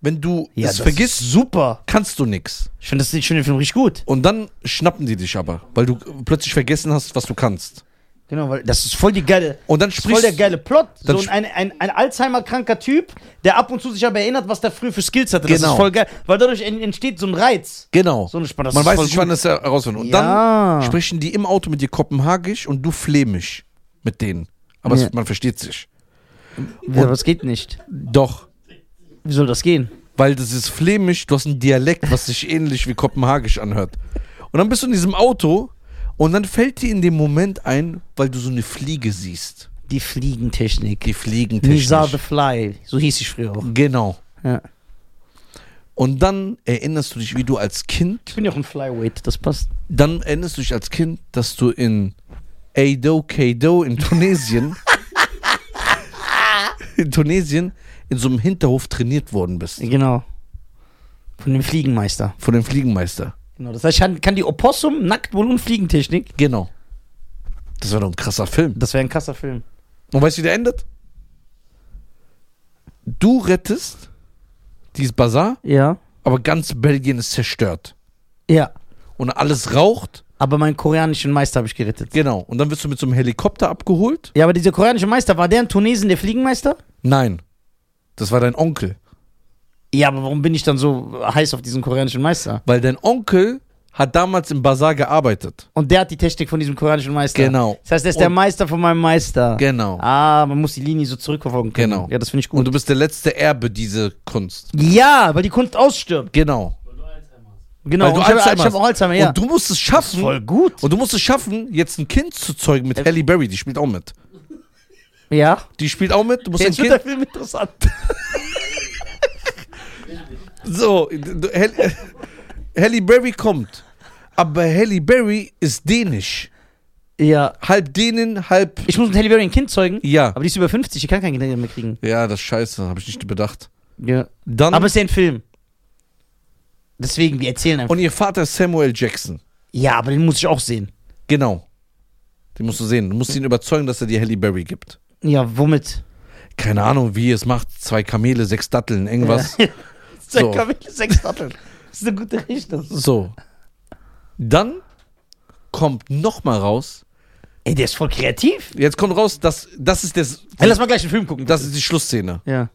[SPEAKER 2] wenn du
[SPEAKER 1] ja,
[SPEAKER 2] es
[SPEAKER 1] das
[SPEAKER 2] vergisst,
[SPEAKER 1] ist super.
[SPEAKER 2] kannst du nichts.
[SPEAKER 1] Ich finde das ich find den Film richtig gut.
[SPEAKER 2] Und dann schnappen die dich aber, weil du plötzlich vergessen hast, was du kannst.
[SPEAKER 1] Genau, weil das ist voll die geile.
[SPEAKER 2] Und dann
[SPEAKER 1] Das ist voll
[SPEAKER 2] sprichst
[SPEAKER 1] der geile Plot. So
[SPEAKER 2] Dann
[SPEAKER 1] ein,
[SPEAKER 2] sp-
[SPEAKER 1] ein, ein, ein Alzheimer-kranker Typ, der ab und zu sich aber erinnert, was der früher für Skills hatte. Das
[SPEAKER 2] Genau.
[SPEAKER 1] ist voll geil. Weil dadurch en- entsteht so ein Reiz.
[SPEAKER 2] Genau.
[SPEAKER 1] So eine Spannung. Das
[SPEAKER 2] Man
[SPEAKER 1] ist
[SPEAKER 2] weiß
[SPEAKER 1] voll
[SPEAKER 2] nicht,
[SPEAKER 1] gut.
[SPEAKER 2] wann das herausfinden. Und
[SPEAKER 1] Ja.
[SPEAKER 2] dann sprechen die im Auto mit dir Kopenhagisch und du flämisch mit denen. Aber
[SPEAKER 1] Ja.
[SPEAKER 2] es, man versteht sich.
[SPEAKER 1] Ja, aber das geht nicht.
[SPEAKER 2] Doch.
[SPEAKER 1] Wie soll das gehen?
[SPEAKER 2] Weil das ist flämisch, du hast einen Dialekt, was sich ähnlich wie Kopenhagisch anhört. Und dann bist du in diesem Auto und dann fällt dir in dem Moment ein, weil du so eine Fliege siehst.
[SPEAKER 1] Die Fliegentechnik.
[SPEAKER 2] Die Fliegen
[SPEAKER 1] Nizar the Fly. So hieß ich früher auch.
[SPEAKER 2] Genau.
[SPEAKER 1] Ja.
[SPEAKER 2] Und dann erinnerst du dich, wie du als
[SPEAKER 1] Ich
[SPEAKER 2] Kind,
[SPEAKER 1] bin ja auch ein Flyweight, das passt.
[SPEAKER 2] dann erinnerst du dich als Kind, dass du in Eido, Keido in Tunesien, in Tunesien, in so einem Hinterhof trainiert worden bist.
[SPEAKER 1] Genau. Von dem Fliegenmeister.
[SPEAKER 2] Von dem Fliegenmeister.
[SPEAKER 1] Genau. Das heißt, ich kann- kann die Opossum, Nacktwohl und Fliegentechnik.
[SPEAKER 2] Genau. Das war doch ein krasser Film.
[SPEAKER 1] Das wäre ein krasser Film.
[SPEAKER 2] Und weißt du, wie der endet? Du rettest dieses Bazar,
[SPEAKER 1] Ja.
[SPEAKER 2] aber ganz Belgien ist zerstört.
[SPEAKER 1] Ja.
[SPEAKER 2] Und alles raucht.
[SPEAKER 1] Aber meinen koreanischen Meister habe ich gerettet.
[SPEAKER 2] Genau. Und dann wirst du mit so einem Helikopter abgeholt.
[SPEAKER 1] Ja, aber dieser koreanische Meister, war der in Tunesien der Fliegenmeister?
[SPEAKER 2] Nein. Das war dein Onkel.
[SPEAKER 1] Ja, aber warum bin ich dann so heiß auf diesen koreanischen Meister?
[SPEAKER 2] Weil dein Onkel hat damals im Bazar gearbeitet.
[SPEAKER 1] Und der hat die Technik von diesem koreanischen Meister.
[SPEAKER 2] Genau.
[SPEAKER 1] Das heißt, der ist der
[SPEAKER 2] Und-
[SPEAKER 1] Meister von meinem Meister.
[SPEAKER 2] Genau.
[SPEAKER 1] Ah, man muss die Linie so zurückverfolgen können.
[SPEAKER 2] Genau.
[SPEAKER 1] Ja, das finde ich
[SPEAKER 2] Und
[SPEAKER 1] gut.
[SPEAKER 2] du bist der letzte Erbe dieser Kunst.
[SPEAKER 1] ja, weil die Kunst ausstirbt.
[SPEAKER 2] Genau.
[SPEAKER 3] Weil du Alzheimer hast.
[SPEAKER 1] Genau.
[SPEAKER 2] Weil du
[SPEAKER 1] Und ich habe
[SPEAKER 2] Alzheimer
[SPEAKER 1] ich hab
[SPEAKER 2] hast.
[SPEAKER 1] auch Alzheimer, ja.
[SPEAKER 2] Und du musst es schaffen.
[SPEAKER 1] Voll gut.
[SPEAKER 2] Und du musst es schaffen, jetzt ein Kind zu zeugen mit Halle Berry. Die spielt auch mit.
[SPEAKER 1] ja.
[SPEAKER 2] Die spielt auch mit. Du musst
[SPEAKER 1] Jetzt
[SPEAKER 2] ein
[SPEAKER 1] wird
[SPEAKER 2] Kind.
[SPEAKER 1] der Film interessant.
[SPEAKER 2] So, du- Halle, Halle Berry kommt. Aber Halle Berry ist dänisch.
[SPEAKER 1] Ja.
[SPEAKER 2] Halb Dänen, halb.
[SPEAKER 1] Ich muss mit Halle Berry ein Kind zeugen.
[SPEAKER 2] Ja.
[SPEAKER 1] Aber die ist über 50, die kann kein Kind mehr kriegen.
[SPEAKER 2] Ja, das ist scheiße. Habe ich nicht bedacht.
[SPEAKER 1] Ja.
[SPEAKER 2] Dann.
[SPEAKER 1] Aber es ist ja ein Film. Deswegen, wir erzählen einfach.
[SPEAKER 2] und ihr Vater ist Samuel Jackson.
[SPEAKER 1] ja, aber den muss ich auch sehen.
[SPEAKER 2] Genau. Den musst du sehen. Du musst ihn überzeugen, dass er dir Halle Berry gibt.
[SPEAKER 1] Ja, womit?
[SPEAKER 2] keine Ahnung, wie ihr es macht, zwei Kamele, sechs Datteln, irgendwas.
[SPEAKER 1] Ja. Zwei
[SPEAKER 2] So.
[SPEAKER 1] Kamele, sechs Datteln. Das ist eine gute Richtung.
[SPEAKER 2] So. Dann kommt nochmal raus.
[SPEAKER 1] Ey, der ist voll kreativ.
[SPEAKER 2] Jetzt kommt raus, dass das ist das,
[SPEAKER 1] Ey, lass mal gleich einen Film gucken.
[SPEAKER 2] das ist die Schlussszene.
[SPEAKER 1] ja.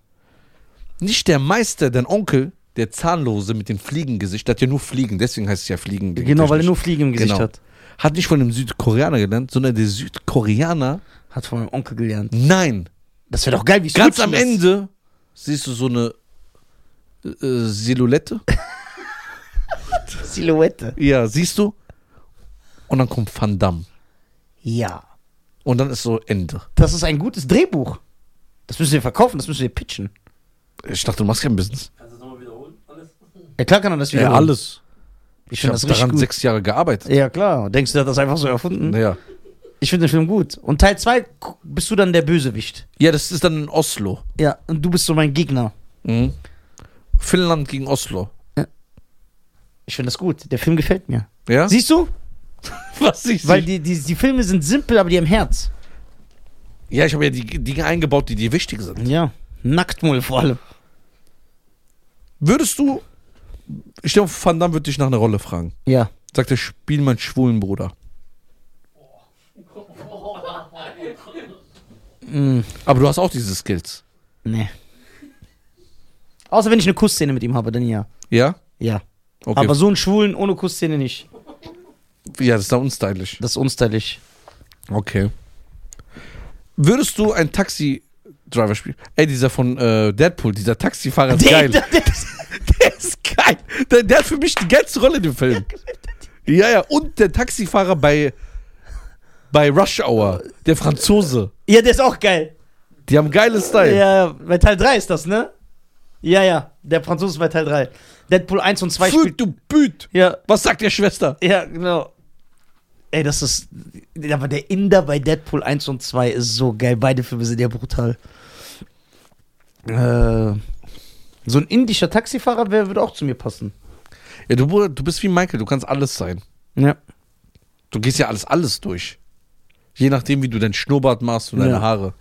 [SPEAKER 2] Nicht der Meister, dein Onkel, der Zahnlose mit dem Fliegengesicht, der hat ja nur Fliegen, deswegen heißt es ja Fliegen.
[SPEAKER 1] Genau, weil er nur Fliegen im Gesicht
[SPEAKER 2] Genau.
[SPEAKER 1] hat.
[SPEAKER 2] Hat nicht von dem Südkoreaner gelernt, sondern der Südkoreaner,
[SPEAKER 1] Hat von meinem Onkel gelernt.
[SPEAKER 2] nein,
[SPEAKER 1] Das wäre doch geil, wie es
[SPEAKER 2] Ganz
[SPEAKER 1] rutschen
[SPEAKER 2] am
[SPEAKER 1] lässt.
[SPEAKER 2] Ende siehst du so eine äh, Silhouette.
[SPEAKER 1] Silhouette.
[SPEAKER 2] Ja, siehst du. Und dann kommt Van Damme.
[SPEAKER 1] Ja.
[SPEAKER 2] Und dann ist so Ende.
[SPEAKER 1] Das ist ein gutes Drehbuch. Das müssen wir verkaufen, das müssen wir pitchen.
[SPEAKER 2] Ich dachte, du machst kein Business.
[SPEAKER 3] Kannst du das nochmal wiederholen? Alles?
[SPEAKER 1] Ja, klar kann er das wieder.
[SPEAKER 2] Ja, alles.
[SPEAKER 1] Ich
[SPEAKER 2] Ich
[SPEAKER 1] finde
[SPEAKER 2] habe
[SPEAKER 1] das richtig
[SPEAKER 2] daran
[SPEAKER 1] gut.
[SPEAKER 2] sechs Jahre gearbeitet.
[SPEAKER 1] Ja, klar. Denkst du, der hat das einfach so erfunden?
[SPEAKER 2] Ja.
[SPEAKER 1] Ich finde den Film gut. Und Teil 2 bist du dann der Bösewicht.
[SPEAKER 2] ja, das ist dann in Oslo.
[SPEAKER 1] Ja, und du bist so mein Gegner.
[SPEAKER 2] Mhm. Finnland gegen Oslo.
[SPEAKER 1] Ich finde das gut. Der Film gefällt mir.
[SPEAKER 2] Ja?
[SPEAKER 1] Siehst du?
[SPEAKER 2] was ich
[SPEAKER 1] Weil die, die, die Filme sind simpel, aber die haben Herz.
[SPEAKER 2] Ja, ich habe ja die Dinge eingebaut, die dir wichtig sind.
[SPEAKER 1] Ja. Nacktmull vor allem.
[SPEAKER 2] Würdest du. Ich glaube, Van Damme würde dich nach einer Rolle fragen.
[SPEAKER 1] Ja.
[SPEAKER 2] Sagt er, spiel meinen schwulen Bruder.
[SPEAKER 1] Mm,
[SPEAKER 2] Aber du hast auch diese Skills.
[SPEAKER 1] nee. Außer wenn ich eine Kussszene mit ihm habe, dann ja.
[SPEAKER 2] Ja?
[SPEAKER 1] Ja.
[SPEAKER 2] Okay.
[SPEAKER 1] Aber so einen Schwulen ohne Kussszene nicht.
[SPEAKER 2] ja, das ist da unstylisch.
[SPEAKER 1] Das ist unstylisch.
[SPEAKER 2] Okay. Würdest du ein Taxi-Driver spielen? Ey, dieser von äh, Deadpool, dieser Taxifahrer ist geil.
[SPEAKER 1] Der, der, der,
[SPEAKER 2] Der ist geil. Der, der hat für mich die ganze Rolle in dem Film. Ja, ja. Und der Taxifahrer bei, bei Rush Hour, der Franzose.
[SPEAKER 1] ja, der ist auch geil.
[SPEAKER 2] Die haben geile Style.
[SPEAKER 1] Ja, bei Teil 3 ist das, ne? Ja, ja. Der Franzose ist bei Teil 3. Deadpool 1 und 2
[SPEAKER 2] Füg,
[SPEAKER 1] spielt.
[SPEAKER 2] du Büt.
[SPEAKER 1] Ja,
[SPEAKER 2] Was sagt der Schwester?
[SPEAKER 1] ja, genau. Ey, das ist. Aber der Inder bei Deadpool 1 und 2 ist so geil. Beide Filme sind ja brutal. Äh, so ein indischer Taxifahrer wär, würde auch zu mir passen.
[SPEAKER 2] Ja, du, Bruder, du bist wie Michael, du kannst alles sein.
[SPEAKER 1] Ja.
[SPEAKER 2] Du gehst ja alles, alles durch. Je nachdem, wie du deinen Schnurrbart machst und deine
[SPEAKER 1] Ja.
[SPEAKER 2] Haare.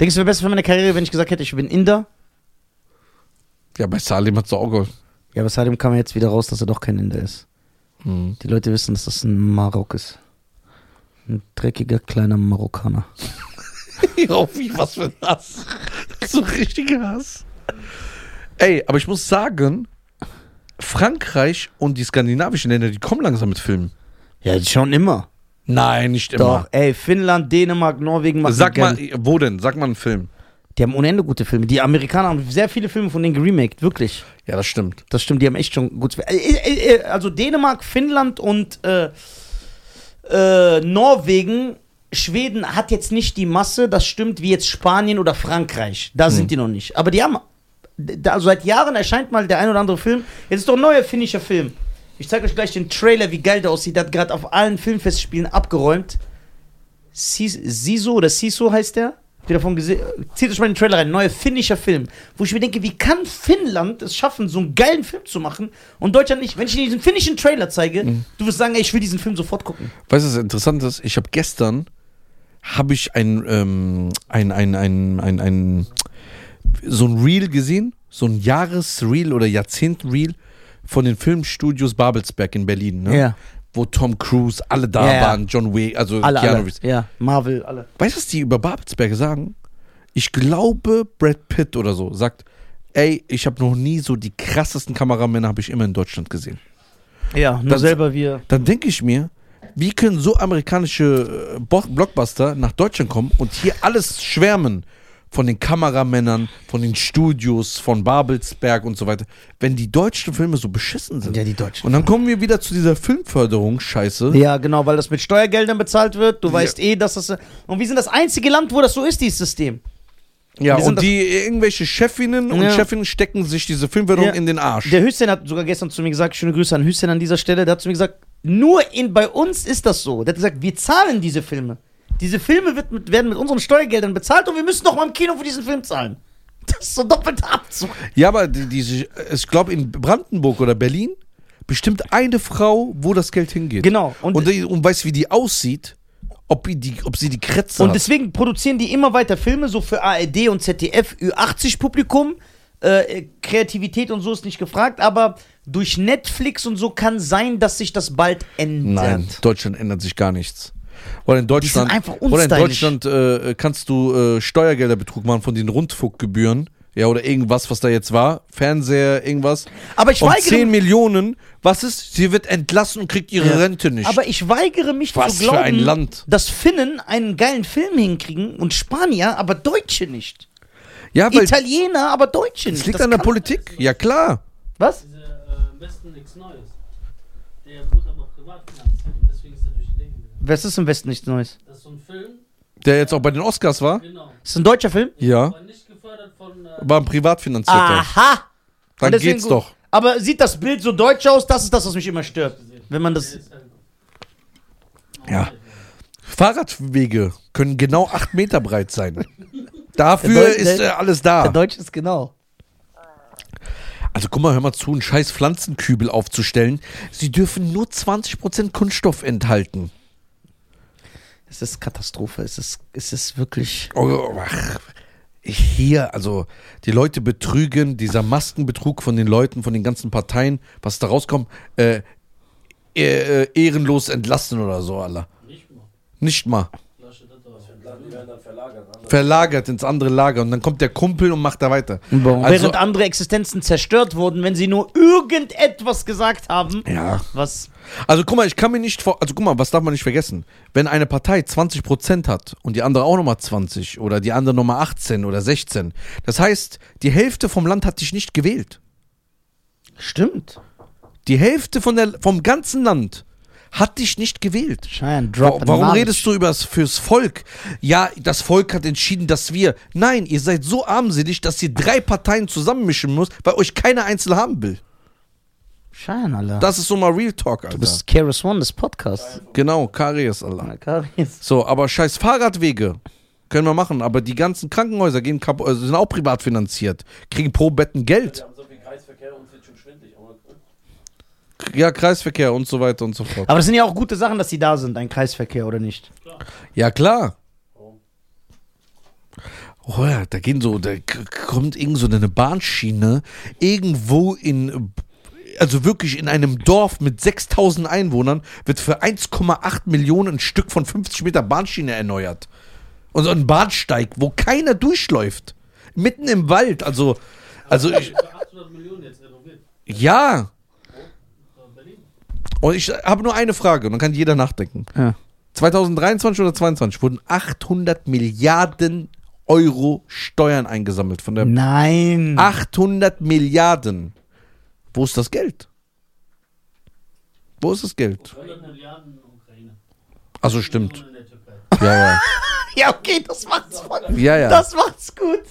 [SPEAKER 1] Denkst du, wäre besser für meine Karriere, wenn ich gesagt hätte, ich bin Inder?
[SPEAKER 2] Ja, bei Salim hat es auch geholfen.
[SPEAKER 1] Ja, aber seitdem kam jetzt wieder raus, dass er doch kein Inder ist.
[SPEAKER 2] Mhm.
[SPEAKER 1] Die Leute wissen, dass das ein Marok ist. Ein dreckiger kleiner Marokkaner.
[SPEAKER 2] Auf wie was für ein Hass. So richtiger Hass. Ey, aber ich muss sagen, Frankreich und die skandinavischen Länder, die kommen langsam mit Filmen.
[SPEAKER 1] Ja, die schauen immer.
[SPEAKER 2] Nein, nicht
[SPEAKER 1] Doch, ey, Finnland, Dänemark, Norwegen machen
[SPEAKER 2] Sag
[SPEAKER 1] gern-
[SPEAKER 2] mal, wo denn? Sag mal einen Film.
[SPEAKER 1] Die haben unende gute Filme. Die Amerikaner haben sehr viele Filme von denen geremaked, wirklich.
[SPEAKER 2] Ja, das stimmt.
[SPEAKER 1] Das stimmt, die haben echt schon gut. Äh, äh, äh, Also Dänemark, Finnland und äh, äh, Norwegen, Schweden hat jetzt nicht die Masse, das stimmt, wie jetzt Spanien oder Frankreich. Da sind die noch nicht. Aber die haben. Da, also seit Jahren erscheint mal der ein oder andere Film. Jetzt ist doch ein neuer finnischer Film. Ich zeige euch gleich den Trailer, wie geil der aussieht. Der hat gerade auf allen Filmfestspielen abgeräumt. Sis- Siso oder Siso heißt der. Habt ihr davon gesehen? Zieht euch mal den Trailer rein. Neuer finnischer Film. Wo ich mir denke, wie kann Finnland es schaffen, so einen geilen Film zu machen und Deutschland nicht? Wenn ich dir diesen finnischen Trailer zeige,
[SPEAKER 2] Mhm.
[SPEAKER 1] du wirst sagen, ey, ich will diesen Film sofort gucken.
[SPEAKER 2] Weißt du, was interessant ist? Ich habe gestern habe ich ein, ähm, ein, ein, ein, ein, ein, so ein Reel gesehen, so ein Jahresreel oder Jahrzehnt-Reel von den Filmstudios Babelsberg in Berlin, ne?
[SPEAKER 1] Ja.
[SPEAKER 2] Wo Tom Cruise, alle da
[SPEAKER 1] Ja, ja.
[SPEAKER 2] waren, John Wick, also
[SPEAKER 1] Alle,
[SPEAKER 2] Keanu
[SPEAKER 1] alle.
[SPEAKER 2] Reeves.
[SPEAKER 1] Ja, Marvel, alle.
[SPEAKER 2] Weißt du, was die über Babelsberg sagen? Ich glaube, Brad Pitt oder so sagt, ey, ich habe noch nie so die krassesten Kameramänner habe ich immer in Deutschland gesehen.
[SPEAKER 1] Ja, nur
[SPEAKER 2] Das-
[SPEAKER 1] selber wir.
[SPEAKER 2] Dann denke ich mir, wie können so amerikanische äh, Bo- Blockbuster nach Deutschland kommen und hier alles schwärmen von den Kameramännern, von den Studios, von Babelsberg und so weiter, wenn die deutschen Filme so beschissen sind.
[SPEAKER 1] Ja, die Deutschen.
[SPEAKER 2] Und dann kommen wir wieder zu dieser Filmförderungsscheiße.
[SPEAKER 1] Ja, genau, weil das mit Steuergeldern bezahlt wird. Du weißt eh, dass das. Und wir sind das einzige Land, wo das so ist, dieses System.
[SPEAKER 2] Ja,
[SPEAKER 1] Wir sind
[SPEAKER 2] und
[SPEAKER 1] das-
[SPEAKER 2] die irgendwelche Chefinnen und
[SPEAKER 1] Ja.
[SPEAKER 2] Chefinnen stecken sich diese Filmförderung
[SPEAKER 1] Ja.
[SPEAKER 2] in den Arsch.
[SPEAKER 1] Der Hüssen hat sogar gestern zu mir gesagt, schöne Grüße an Hüssen an dieser Stelle, der hat zu mir gesagt, nur in, bei uns ist das so. Der hat gesagt, wir zahlen diese Filme. Diese Filme wird mit, werden mit unseren Steuergeldern bezahlt und wir müssen noch mal im Kino für diesen Film zahlen. Das ist so doppelter Abzug.
[SPEAKER 2] Ja, aber die, diese, ich glaube in Brandenburg oder Berlin bestimmt eine Frau, wo das Geld hingeht.
[SPEAKER 1] Genau. Und,
[SPEAKER 2] Und, die, und weißt du, wie die aussieht? ob, die- die, ob sie die Kretze
[SPEAKER 1] Und
[SPEAKER 2] hat.
[SPEAKER 1] deswegen produzieren die immer weiter Filme, so für ARD und ZDF, Ü80-Publikum. Äh, Kreativität und so ist nicht gefragt, aber durch Netflix und so kann sein, dass sich das bald ändert.
[SPEAKER 2] Nein, Deutschland ändert sich gar nichts. Weil in Deutschland,
[SPEAKER 1] einfach
[SPEAKER 2] weil in
[SPEAKER 1] unstylisch.
[SPEAKER 2] Deutschland äh, kannst du äh, Steuergelderbetrug machen von den Rundfunkgebühren. Ja, oder irgendwas, was da jetzt war. Fernseher, irgendwas.
[SPEAKER 1] Aber ich
[SPEAKER 2] um
[SPEAKER 1] weigere
[SPEAKER 2] 10
[SPEAKER 1] mich-
[SPEAKER 2] Millionen, was ist? Sie wird entlassen und kriegt ihre
[SPEAKER 1] Ja.
[SPEAKER 2] Rente nicht.
[SPEAKER 1] Aber ich weigere mich
[SPEAKER 2] Was
[SPEAKER 1] zu
[SPEAKER 2] für
[SPEAKER 1] glauben,
[SPEAKER 2] ein Land.
[SPEAKER 1] dass Finnen einen geilen Film hinkriegen und Spanier, aber Deutsche nicht.
[SPEAKER 2] ja, weil
[SPEAKER 1] Italiener, aber Deutsche nicht.
[SPEAKER 2] es liegt
[SPEAKER 1] Das
[SPEAKER 2] an der
[SPEAKER 1] kann-
[SPEAKER 2] Politik. Ja, klar.
[SPEAKER 1] Was?
[SPEAKER 3] Diese äh, am besten nichts Neues. Der wurde aber privat finanziert und deswegen ist er durch die Decke gegangen.
[SPEAKER 1] Was ist im Westen nichts Neues?
[SPEAKER 3] Das ist so ein Film,
[SPEAKER 2] Der jetzt auch bei den Oscars war.
[SPEAKER 3] genau.
[SPEAKER 1] Ist ein deutscher Film?
[SPEAKER 2] Ja.
[SPEAKER 3] War nicht gefördert von. Äh,
[SPEAKER 2] War ein
[SPEAKER 1] Ah,
[SPEAKER 2] privatfinanzierter.
[SPEAKER 1] Aha! Und
[SPEAKER 2] Dann
[SPEAKER 1] deswegen
[SPEAKER 2] geht's
[SPEAKER 1] gut.
[SPEAKER 2] doch.
[SPEAKER 1] Aber sieht das Bild so deutsch aus? Das ist das, was mich immer stört. Wenn man das.
[SPEAKER 2] Ja. Fahrradwege können genau 8 Meter breit sein. Dafür
[SPEAKER 1] Der Deu-
[SPEAKER 2] ist äh,
[SPEAKER 1] der-
[SPEAKER 2] alles da.
[SPEAKER 1] Deutsch ist genau.
[SPEAKER 2] Also guck mal, hör mal zu, einen scheiß Pflanzenkübel aufzustellen. Sie dürfen nur 20% Kunststoff enthalten.
[SPEAKER 1] Es ist Katastrophe. Es ist, es ist wirklich.
[SPEAKER 2] Oh, ach, hier, also die Leute betrügen, dieser Maskenbetrug von den Leuten, von den ganzen Parteien, was da rauskommt, äh, eh- äh, ehrenlos entlassen oder so, Alter.
[SPEAKER 3] Nicht mal.
[SPEAKER 2] Nicht mal.
[SPEAKER 3] Flasche Tattoo aus.
[SPEAKER 4] Die werden dann verlagert. ne? anders.
[SPEAKER 2] Verlagert ins andere Lager und dann kommt der Kumpel und macht da weiter. Also,
[SPEAKER 1] Während andere Existenzen zerstört wurden, wenn sie nur irgendetwas gesagt haben,
[SPEAKER 2] ja.
[SPEAKER 1] was.
[SPEAKER 2] Also guck mal, ich kann mir nicht vor. Also guck mal, was darf man nicht vergessen? Wenn eine Partei 20% hat und die andere auch nochmal 20 oder die andere nochmal 18 oder 16, das heißt, die Hälfte vom Land hat dich nicht gewählt.
[SPEAKER 1] Stimmt.
[SPEAKER 2] Die Hälfte von der, vom ganzen Land hat dich nicht gewählt.
[SPEAKER 1] Schein,
[SPEAKER 2] Wa- Warum redest du über fürs Volk? Ja, das Volk hat entschieden, dass wir. Nein, ihr seid so armselig, dass ihr drei Parteien zusammenmischen müsst, weil euch keine einzelne haben will.
[SPEAKER 1] Schein, Alter.
[SPEAKER 2] Das ist so mal Real Talk, Alter.
[SPEAKER 1] du bist Keras One des Podcasts. Oh,
[SPEAKER 2] genau, Karies, Allah.
[SPEAKER 1] Karies.
[SPEAKER 2] So, aber scheiß Fahrradwege können wir machen, aber die ganzen Krankenhäuser gehen kap also sind auch privat finanziert, kriegen pro Bett ein
[SPEAKER 4] Wir
[SPEAKER 2] Geld.
[SPEAKER 4] haben so viel Kreisverkehr und es wird schon schwindelig. Aber
[SPEAKER 2] Ja, Kreisverkehr und so weiter und so fort.
[SPEAKER 1] Aber das sind ja auch gute Sachen, dass die da sind, ein Kreisverkehr oder nicht.
[SPEAKER 2] Ja, klar. Oh ja, da gehen so, da k- kommt irgend so eine Bahnschiene irgendwo in, also wirklich in einem Dorf mit 6000 Einwohnern, wird für 1,8 Millionen ein Stück von 50 Meter Bahnschiene erneuert. Und so ein Bahnsteig, wo keiner durchläuft. Mitten im Wald, also, also ich,
[SPEAKER 3] Für 800 Millionen jetzt renoviert.
[SPEAKER 2] ja.
[SPEAKER 3] Äh, Berlin.
[SPEAKER 2] Und ich habe nur eine Frage, dann kann jeder nachdenken.
[SPEAKER 1] Ja.
[SPEAKER 2] 2023 oder 2022 wurden 800 Milliarden Euro Steuern eingesammelt von der.
[SPEAKER 1] Nein.
[SPEAKER 2] 800 Milliarden. Wo ist das Geld? Wo ist das Geld?
[SPEAKER 3] 100 Milliarden in Ukraine.
[SPEAKER 2] Also stimmt.
[SPEAKER 3] Millionen in der Türkei.
[SPEAKER 2] Ja, ja.
[SPEAKER 1] Ja, okay, das macht's voll.
[SPEAKER 2] ja, ja.
[SPEAKER 1] Das macht's gut.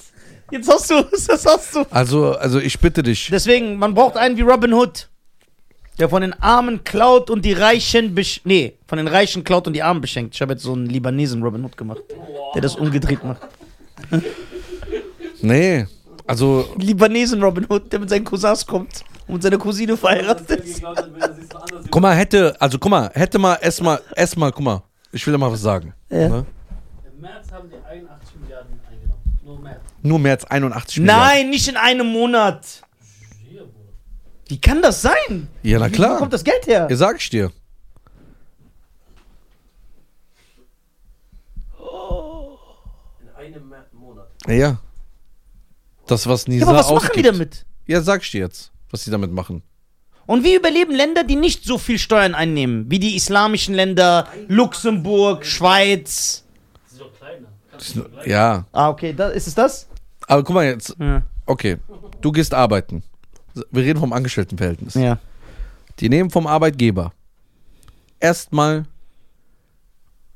[SPEAKER 1] Jetzt hast du, das hast du.
[SPEAKER 2] Also, also ich bitte dich.
[SPEAKER 1] Deswegen, man braucht einen wie Robin Hood, der von den Armen klaut und die Reichen besch nee, von den Reichen klaut und die Armen beschenkt. Ich habe jetzt so einen Libanesen Robin Hood gemacht, der das umgedreht macht.
[SPEAKER 2] Nee. Also,
[SPEAKER 1] Libanesen Robin Hood, der mit seinen Cousins kommt und mit seiner Cousine verheiratet ist.
[SPEAKER 2] guck mal, hätte, also guck mal, hätte mal erstmal, erstmal, guck mal, ich will dir mal was sagen.
[SPEAKER 1] Ja.
[SPEAKER 2] Ne?
[SPEAKER 3] Im März haben die 81 Milliarden eingenommen. Nur März.
[SPEAKER 2] Nur mehr als 81 Milliarden.
[SPEAKER 1] Nein, nicht in einem Monat.
[SPEAKER 3] Hier, Bruder.
[SPEAKER 1] Wie kann das sein?
[SPEAKER 2] Ja, na
[SPEAKER 1] Wo
[SPEAKER 2] klar.
[SPEAKER 1] kommt das Geld her?
[SPEAKER 2] Ja, sag ich dir.
[SPEAKER 4] in einem Ma- Monat.
[SPEAKER 2] Ja. Das, was Nisa
[SPEAKER 1] Ja, aber was machen die
[SPEAKER 2] ausgibt.
[SPEAKER 1] damit?
[SPEAKER 2] Ja, sag ich dir jetzt, was die damit machen.
[SPEAKER 1] Und wie überleben Länder, die nicht so viel Steuern einnehmen, wie die islamischen Länder, Luxemburg, Schweiz?
[SPEAKER 3] Das ist doch kleiner. Kannst
[SPEAKER 2] Das,
[SPEAKER 3] du vergleichen.
[SPEAKER 2] ja.
[SPEAKER 1] Ah, okay, da, ist es das?
[SPEAKER 2] Aber guck mal jetzt,
[SPEAKER 1] Ja.
[SPEAKER 2] okay, du gehst arbeiten. Wir reden vom Angestelltenverhältnis.
[SPEAKER 1] ja.
[SPEAKER 2] Die nehmen vom Arbeitgeber erstmal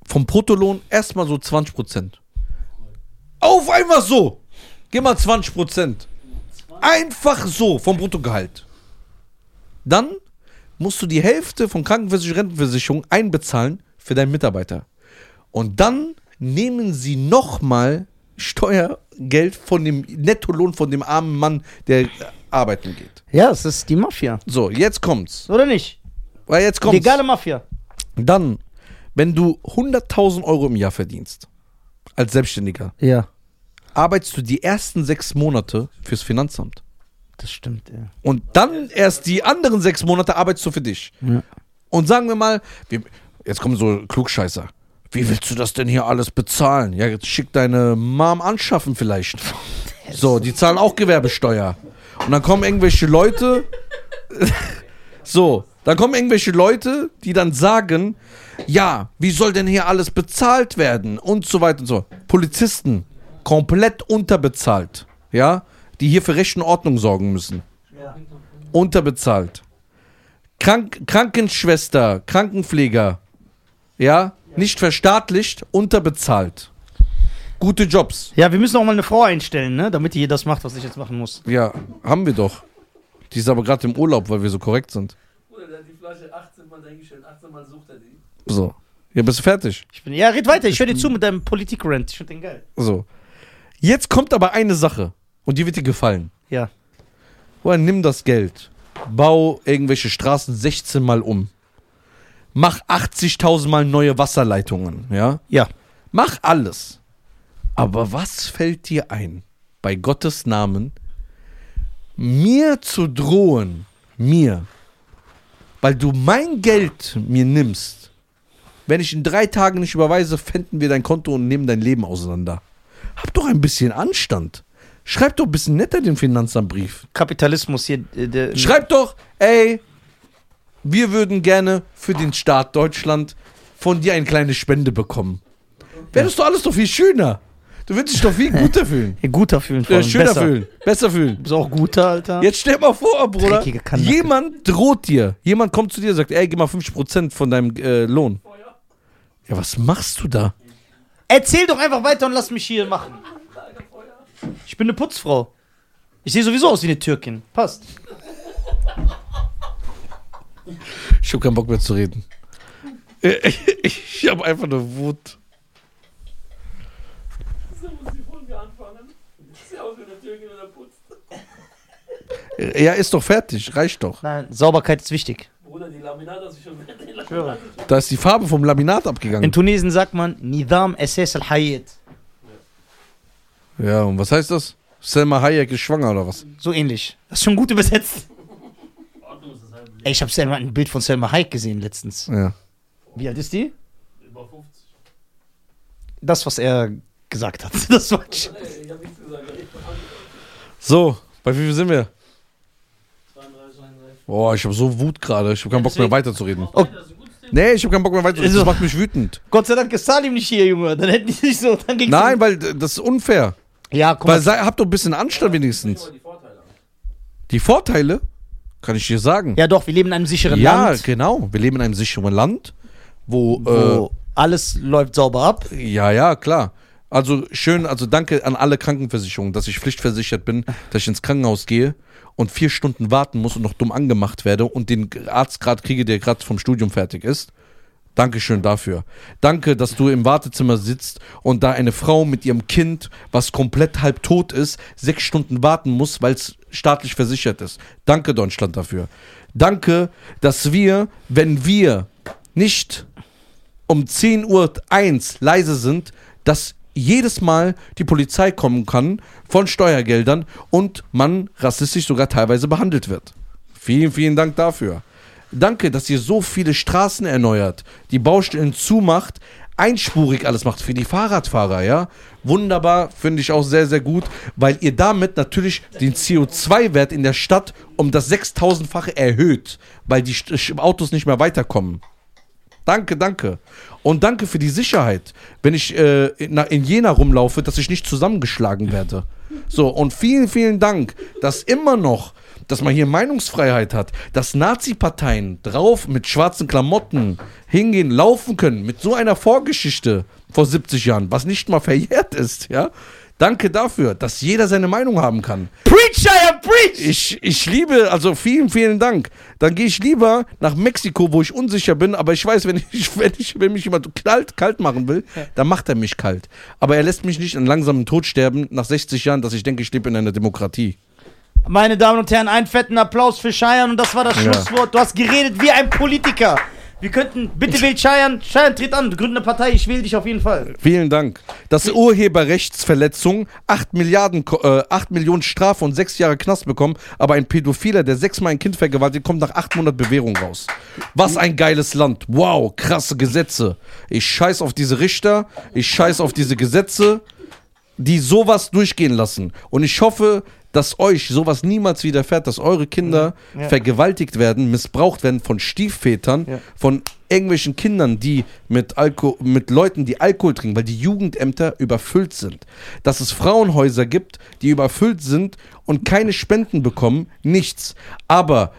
[SPEAKER 2] vom Bruttolohn erstmal so 20 Prozent. Auf einmal so. Geh mal 20 Prozent. Einfach so vom Bruttogehalt. Dann musst du die Hälfte von Krankenversicherung, Rentenversicherung einbezahlen für deinen Mitarbeiter. Und dann nehmen sie nochmal Steuergeld von dem Nettolohn von dem armen Mann, der äh, arbeiten geht.
[SPEAKER 1] Ja, es ist die Mafia.
[SPEAKER 2] So, jetzt kommt's.
[SPEAKER 1] Oder nicht?
[SPEAKER 2] Weil jetzt kommt's.
[SPEAKER 1] Legale Mafia.
[SPEAKER 2] Dann wenn du 100.000 Euro im Jahr verdienst, als Selbstständiger,
[SPEAKER 1] Ja,
[SPEAKER 2] arbeitest du die ersten sechs Monate fürs Finanzamt.
[SPEAKER 1] das stimmt, ja.
[SPEAKER 2] Und dann erst die anderen sechs Monate arbeitest du für dich.
[SPEAKER 1] Ja.
[SPEAKER 2] Und sagen wir mal, wir, jetzt kommen so Klugscheißer. Wie willst du das denn hier alles bezahlen? Ja, jetzt schick deine Mom anschaffen vielleicht. So, die zahlen auch Gewerbesteuer. Und dann kommen irgendwelche Leute. so, dann kommen irgendwelche Leute, die dann sagen, ja, wie soll denn hier alles bezahlt werden? Und so weiter und so. Polizisten, komplett unterbezahlt. Ja, die hier für Recht und Ordnung sorgen müssen. Unterbezahlt. Krank Krankenschwester, Krankenpfleger, ja, nicht verstaatlicht, unterbezahlt. Gute Jobs.
[SPEAKER 1] Ja, wir müssen auch mal eine Frau einstellen, ne? Damit die das macht, was ich jetzt machen muss.
[SPEAKER 2] Ja, haben wir doch. Die ist aber gerade im Urlaub, weil wir so korrekt sind.
[SPEAKER 4] Bruder, der hat die Flasche 18 Mal dahingestellt, 18 Mal sucht er die.
[SPEAKER 2] So. Ja, bist du fertig?
[SPEAKER 1] Ich bin, ja, red weiter, ich höre dir zu mit deinem Politik-Rant. Ich finde den geil.
[SPEAKER 2] So. Jetzt kommt aber eine Sache und die wird dir gefallen.
[SPEAKER 1] Ja.
[SPEAKER 2] Oder nimm das Geld, bau irgendwelche Straßen 16 Mal um. Mach 80.000 Mal neue Wasserleitungen, ja?
[SPEAKER 1] Ja.
[SPEAKER 2] Mach alles. Aber was fällt dir ein, bei Gottes Namen, mir zu drohen, mir, weil du mein Geld mir nimmst? Wenn ich in drei Tagen nicht überweise, fänden wir dein Konto und nehmen dein Leben auseinander. Hab doch ein bisschen Anstand. Schreib doch ein bisschen netter den Finanzamtbrief.
[SPEAKER 1] Kapitalismus hier. Äh, der,
[SPEAKER 2] Schreib Mhm. doch, ey, wir würden gerne für den Staat Deutschland von dir eine kleine Spende bekommen. Wäre das doch alles doch viel schöner. Du würdest dich doch viel guter fühlen.
[SPEAKER 1] Ja, guter fühlen, vor
[SPEAKER 2] Äh,
[SPEAKER 1] allem.
[SPEAKER 2] schöner
[SPEAKER 1] besser.
[SPEAKER 2] fühlen. Besser fühlen.
[SPEAKER 1] Du bist auch guter, Alter.
[SPEAKER 2] Jetzt stell mal vor, Bruder,
[SPEAKER 1] Dreckige Kanacke.
[SPEAKER 2] jemand droht dir. Jemand kommt zu dir und sagt, ey, gib mal 50% von deinem äh, Lohn. Ja, was machst du da?
[SPEAKER 1] Erzähl doch einfach weiter und lass mich hier machen. Ich bin eine Putzfrau. Ich sehe sowieso aus wie eine Türkin. Passt.
[SPEAKER 2] Ich hab keinen Bock mehr zu reden. Äh, Ich hab einfach eine Wut.
[SPEAKER 4] So muss die Folge anfangen. Sieht aus wie der Türkin oder putzt.
[SPEAKER 2] Äh, Ja, ist doch fertig. Reicht doch.
[SPEAKER 1] Nein, Sauberkeit ist wichtig.
[SPEAKER 4] Bruder, die Laminate hast du schon mit den
[SPEAKER 1] höre.
[SPEAKER 4] Laminaten.
[SPEAKER 2] Da ist die Farbe vom Laminat
[SPEAKER 1] In
[SPEAKER 2] abgegangen.
[SPEAKER 1] Tunesien sagt man Nidam Esses al-Hayat.
[SPEAKER 2] Ja, und was heißt das? Selma Hayek ist schwanger oder was?
[SPEAKER 1] So ähnlich. Das ist schon gut übersetzt.
[SPEAKER 4] Ordnung ist das halbe Leben.
[SPEAKER 1] Ey, ich habe selber ein Bild von Selma Hayek gesehen letztens.
[SPEAKER 2] Ja.
[SPEAKER 1] Wie alt ist die?
[SPEAKER 4] Über 50.
[SPEAKER 1] Das, was er gesagt hat. Das war
[SPEAKER 4] Ey, ich hab nichts gesagt.
[SPEAKER 2] So, bei wie viel sind wir?
[SPEAKER 4] 32, 33.
[SPEAKER 2] Boah, ich habe so Wut gerade. Ich habe keinen Bock mehr
[SPEAKER 1] deswegen-
[SPEAKER 2] weiterzureden.
[SPEAKER 1] Oh.
[SPEAKER 4] Das ist ein gutes Thema.
[SPEAKER 2] Nee, ich habe keinen Bock mehr weiterzureden. Das
[SPEAKER 1] Also-
[SPEAKER 2] macht mich wütend.
[SPEAKER 1] Gott sei Dank ist Salim nicht hier, Junge. Dann hätten die nicht so. Dann ging's
[SPEAKER 2] Nein, weil äh, das ist unfair.
[SPEAKER 1] Um. Ja, guck
[SPEAKER 2] Weil
[SPEAKER 1] mal.
[SPEAKER 2] sei, habt doch ein bisschen Anstand
[SPEAKER 4] Guck mal
[SPEAKER 2] wenigstens.
[SPEAKER 4] die Vorteile an.
[SPEAKER 2] Die Vorteile kann ich dir sagen.
[SPEAKER 1] Ja, doch, wir leben in einem sicheren
[SPEAKER 2] Ja,
[SPEAKER 1] Land,
[SPEAKER 2] genau. Wir leben in einem sicheren Land, wo,
[SPEAKER 1] wo alles läuft sauber ab.
[SPEAKER 2] Äh, ja, ja, klar. Also schön, also danke an alle Krankenversicherungen, dass ich pflichtversichert bin, dass ich ins Krankenhaus gehe und vier Stunden warten muss und noch dumm angemacht werde und den Arzt gerade kriege, der gerade vom Studium fertig ist. Dankeschön dafür. Danke, dass du im Wartezimmer sitzt und da eine Frau mit ihrem Kind, was komplett halbtot ist, sechs Stunden warten muss, weil es staatlich versichert ist. Danke, Deutschland, dafür. Danke, dass wir, wenn wir nicht um 10 Uhr eins leise sind, dass jedes Mal die Polizei kommen kann von Steuergeldern und man rassistisch sogar teilweise behandelt wird. Vielen, vielen Dank dafür. Danke, dass ihr so viele Straßen erneuert, die Baustellen zumacht, einspurig alles macht für die Fahrradfahrer, ja? Wunderbar, finde ich auch sehr, sehr gut, weil ihr damit natürlich den CO2-Wert in der Stadt um das 6000-fache erhöht, weil die St- Autos nicht mehr weiterkommen. Danke, danke. Und danke für die Sicherheit, wenn ich äh, in, na- in Jena rumlaufe, dass ich nicht zusammengeschlagen werde. So, und vielen, vielen Dank, dass immer noch, dass man hier Meinungsfreiheit hat, dass Nazi-Parteien drauf mit schwarzen Klamotten hingehen, laufen können, mit so einer Vorgeschichte vor 70 Jahren, was nicht mal verjährt ist, ja. Danke dafür, dass jeder seine Meinung haben kann.
[SPEAKER 1] Preach, I am preach!
[SPEAKER 2] Ich, ich liebe, also vielen, vielen Dank. Dann gehe ich lieber nach Mexiko, wo ich unsicher bin, aber ich weiß, wenn, ich, wenn, ich, wenn mich jemand knallt, kalt machen will, dann macht er mich kalt. Aber er lässt mich nicht in langsamen Tod sterben, nach 60 Jahren, dass ich denke, ich lebe in einer Demokratie.
[SPEAKER 1] Meine Damen und Herren, einen fetten Applaus für Scheiern und das war das
[SPEAKER 2] Ja.
[SPEAKER 1] Schlusswort. Du hast geredet wie ein Politiker. Wir könnten, bitte wählt Cheyenne. Cheyenne, tritt an, gründe eine Partei, ich wähle dich auf jeden Fall.
[SPEAKER 2] Vielen Dank. Dass Urheberrechtsverletzung 8, Milliarden, Ko- äh, 8 Millionen Strafe und 6 Jahre Knast bekommen, aber ein Pädophiler, der sechsmal ein Kind vergewaltigt, kommt nach 8 Monaten Bewährung raus. Was ein geiles Land. Wow, krasse Gesetze. Ich scheiß auf diese Richter, ich scheiß auf diese Gesetze, die sowas durchgehen lassen. Und ich hoffe, dass euch sowas niemals widerfährt, dass eure Kinder
[SPEAKER 1] Mhm. Ja.
[SPEAKER 2] vergewaltigt werden, missbraucht werden von Stiefvätern,
[SPEAKER 1] Ja.
[SPEAKER 2] von irgendwelchen Kindern, die mit, Alko mit Leuten, die Alkohol trinken, weil die Jugendämter überfüllt sind. Dass es Frauenhäuser gibt, die überfüllt sind und keine Spenden bekommen, nichts. Aber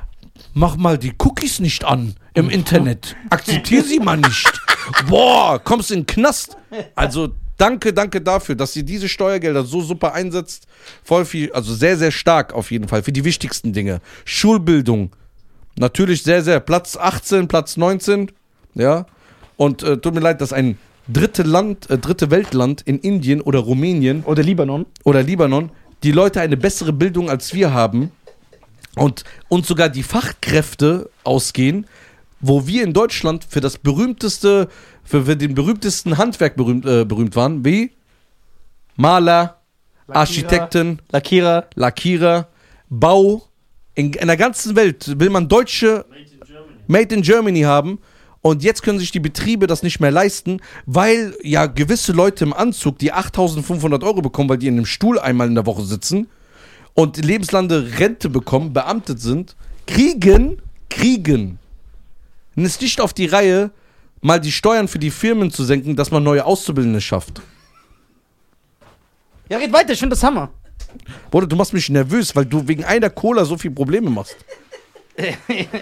[SPEAKER 2] mach mal die Cookies nicht an im Internet. Akzeptier sie mal nicht. Boah, kommst in den Knast. Also danke, danke dafür, dass ihr diese Steuergelder so super einsetzt. Voll viel, also sehr, sehr stark auf jeden Fall für die wichtigsten Dinge. Schulbildung, natürlich sehr, sehr. Platz 18, Platz 19, ja. Und äh, tut mir leid, dass ein dritte Land, äh, dritte Weltland in Indien oder Rumänien
[SPEAKER 1] Oder Libanon.
[SPEAKER 2] oder Libanon die Leute eine bessere Bildung als wir haben und uns sogar die Fachkräfte ausgehen, wo wir in Deutschland für das berühmteste, für, für den berühmtesten Handwerk berühmt, äh, berühmt waren, wie Maler, Architekten,
[SPEAKER 1] Lackierer.
[SPEAKER 2] Lackierer, Bau. In, in der ganzen Welt will man deutsche
[SPEAKER 3] Made in Germany.
[SPEAKER 2] Made in Germany haben. Und jetzt können sich die Betriebe das nicht mehr leisten, weil ja gewisse Leute im Anzug, die 8500 Euro bekommen, weil die in einem Stuhl einmal in der Woche sitzen und Lebenslande Rente bekommen, beamtet sind, kriegen, kriegen und es nicht auf die Reihe, mal die Steuern für die Firmen zu senken, dass man neue Auszubildende schafft.
[SPEAKER 1] Ja, red weiter, ich finde das Hammer.
[SPEAKER 2] Bruder, du machst mich nervös, weil du wegen einer Cola so viele Probleme machst.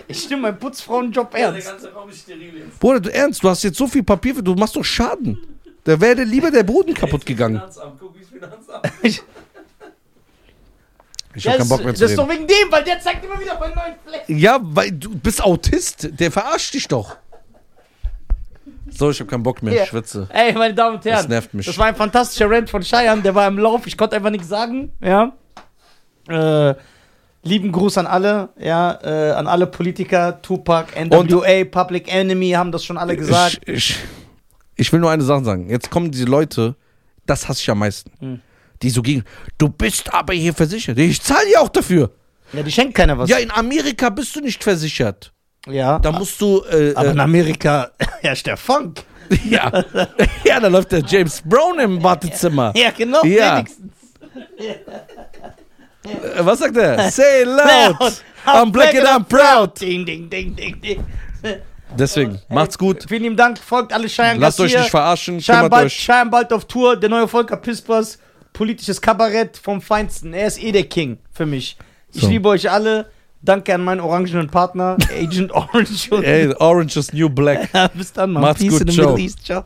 [SPEAKER 1] ich stimme meinen Putzfrauenjob
[SPEAKER 4] Ja, der
[SPEAKER 1] ernst.
[SPEAKER 4] ganze Raum ist steril jetzt.
[SPEAKER 2] Bruder, du ernst, du hast jetzt so viel Papier, du machst doch Schaden. Da wäre dir lieber der Boden kaputt gegangen.
[SPEAKER 4] Finanzamt, guck ich Finanzamt.
[SPEAKER 2] Ich
[SPEAKER 1] Ja, das- Das ist doch wegen dem, weil der zeigt immer wieder meinen neuen Fleck.
[SPEAKER 2] Ja, weil du bist Autist. Der verarscht dich doch. So, ich hab keinen Bock mehr.
[SPEAKER 1] Ja.
[SPEAKER 2] Ich schwitze.
[SPEAKER 1] Ey, meine Damen und Herren.
[SPEAKER 2] Das nervt mich.
[SPEAKER 1] Das war ein fantastischer Rant von Cheyenne, der war im Lauf, ich konnte einfach nichts sagen, ja. Äh, lieben Gruß an alle, ja, äh, an alle Politiker, Tupac, NWA, Public Enemy, haben das schon alle gesagt.
[SPEAKER 2] Ich, ich, ich will nur eine Sache sagen. Jetzt kommen diese Leute, das hasse ich am meisten.
[SPEAKER 1] Hm.
[SPEAKER 2] Die so gegen, du bist aber hier versichert. Ich zahle ja auch dafür.
[SPEAKER 1] Ja, die schenkt keiner was.
[SPEAKER 2] Ja, in Amerika bist du nicht versichert.
[SPEAKER 1] Ja.
[SPEAKER 2] Da musst du. Äh,
[SPEAKER 1] aber
[SPEAKER 2] äh,
[SPEAKER 1] in Amerika herrscht der Funk.
[SPEAKER 2] ja. ja, da läuft der James Brown im Wartezimmer.
[SPEAKER 1] Ja, genau,
[SPEAKER 2] Ja.
[SPEAKER 1] wenigstens.
[SPEAKER 2] Äh, Was sagt er? Say it loud.
[SPEAKER 1] Loud.
[SPEAKER 2] I'm black and I'm proud.
[SPEAKER 1] Ding, ding, ding, ding, ding.
[SPEAKER 2] Deswegen, macht's gut.
[SPEAKER 1] Vielen lieben Dank, folgt alle Cheyenne
[SPEAKER 2] Lasst euch
[SPEAKER 1] Garcia.
[SPEAKER 2] nicht verarschen.
[SPEAKER 1] Schein
[SPEAKER 2] Kümmert
[SPEAKER 1] bald,
[SPEAKER 2] euch.
[SPEAKER 1] Schein bald auf Tour, der neue Volker Pispers, politisches Kabarett vom Feinsten. Er ist eh der King für mich. Ich
[SPEAKER 2] So.
[SPEAKER 1] liebe euch alle. Danke an meinen orangenen Partner, Agent Orange. Und
[SPEAKER 2] Ey, Orange is New Black.
[SPEAKER 1] bis dann, Mann.
[SPEAKER 2] Macht's
[SPEAKER 1] Peace
[SPEAKER 2] gut,
[SPEAKER 1] in the
[SPEAKER 2] ciao.
[SPEAKER 1] Middle East. Ciao.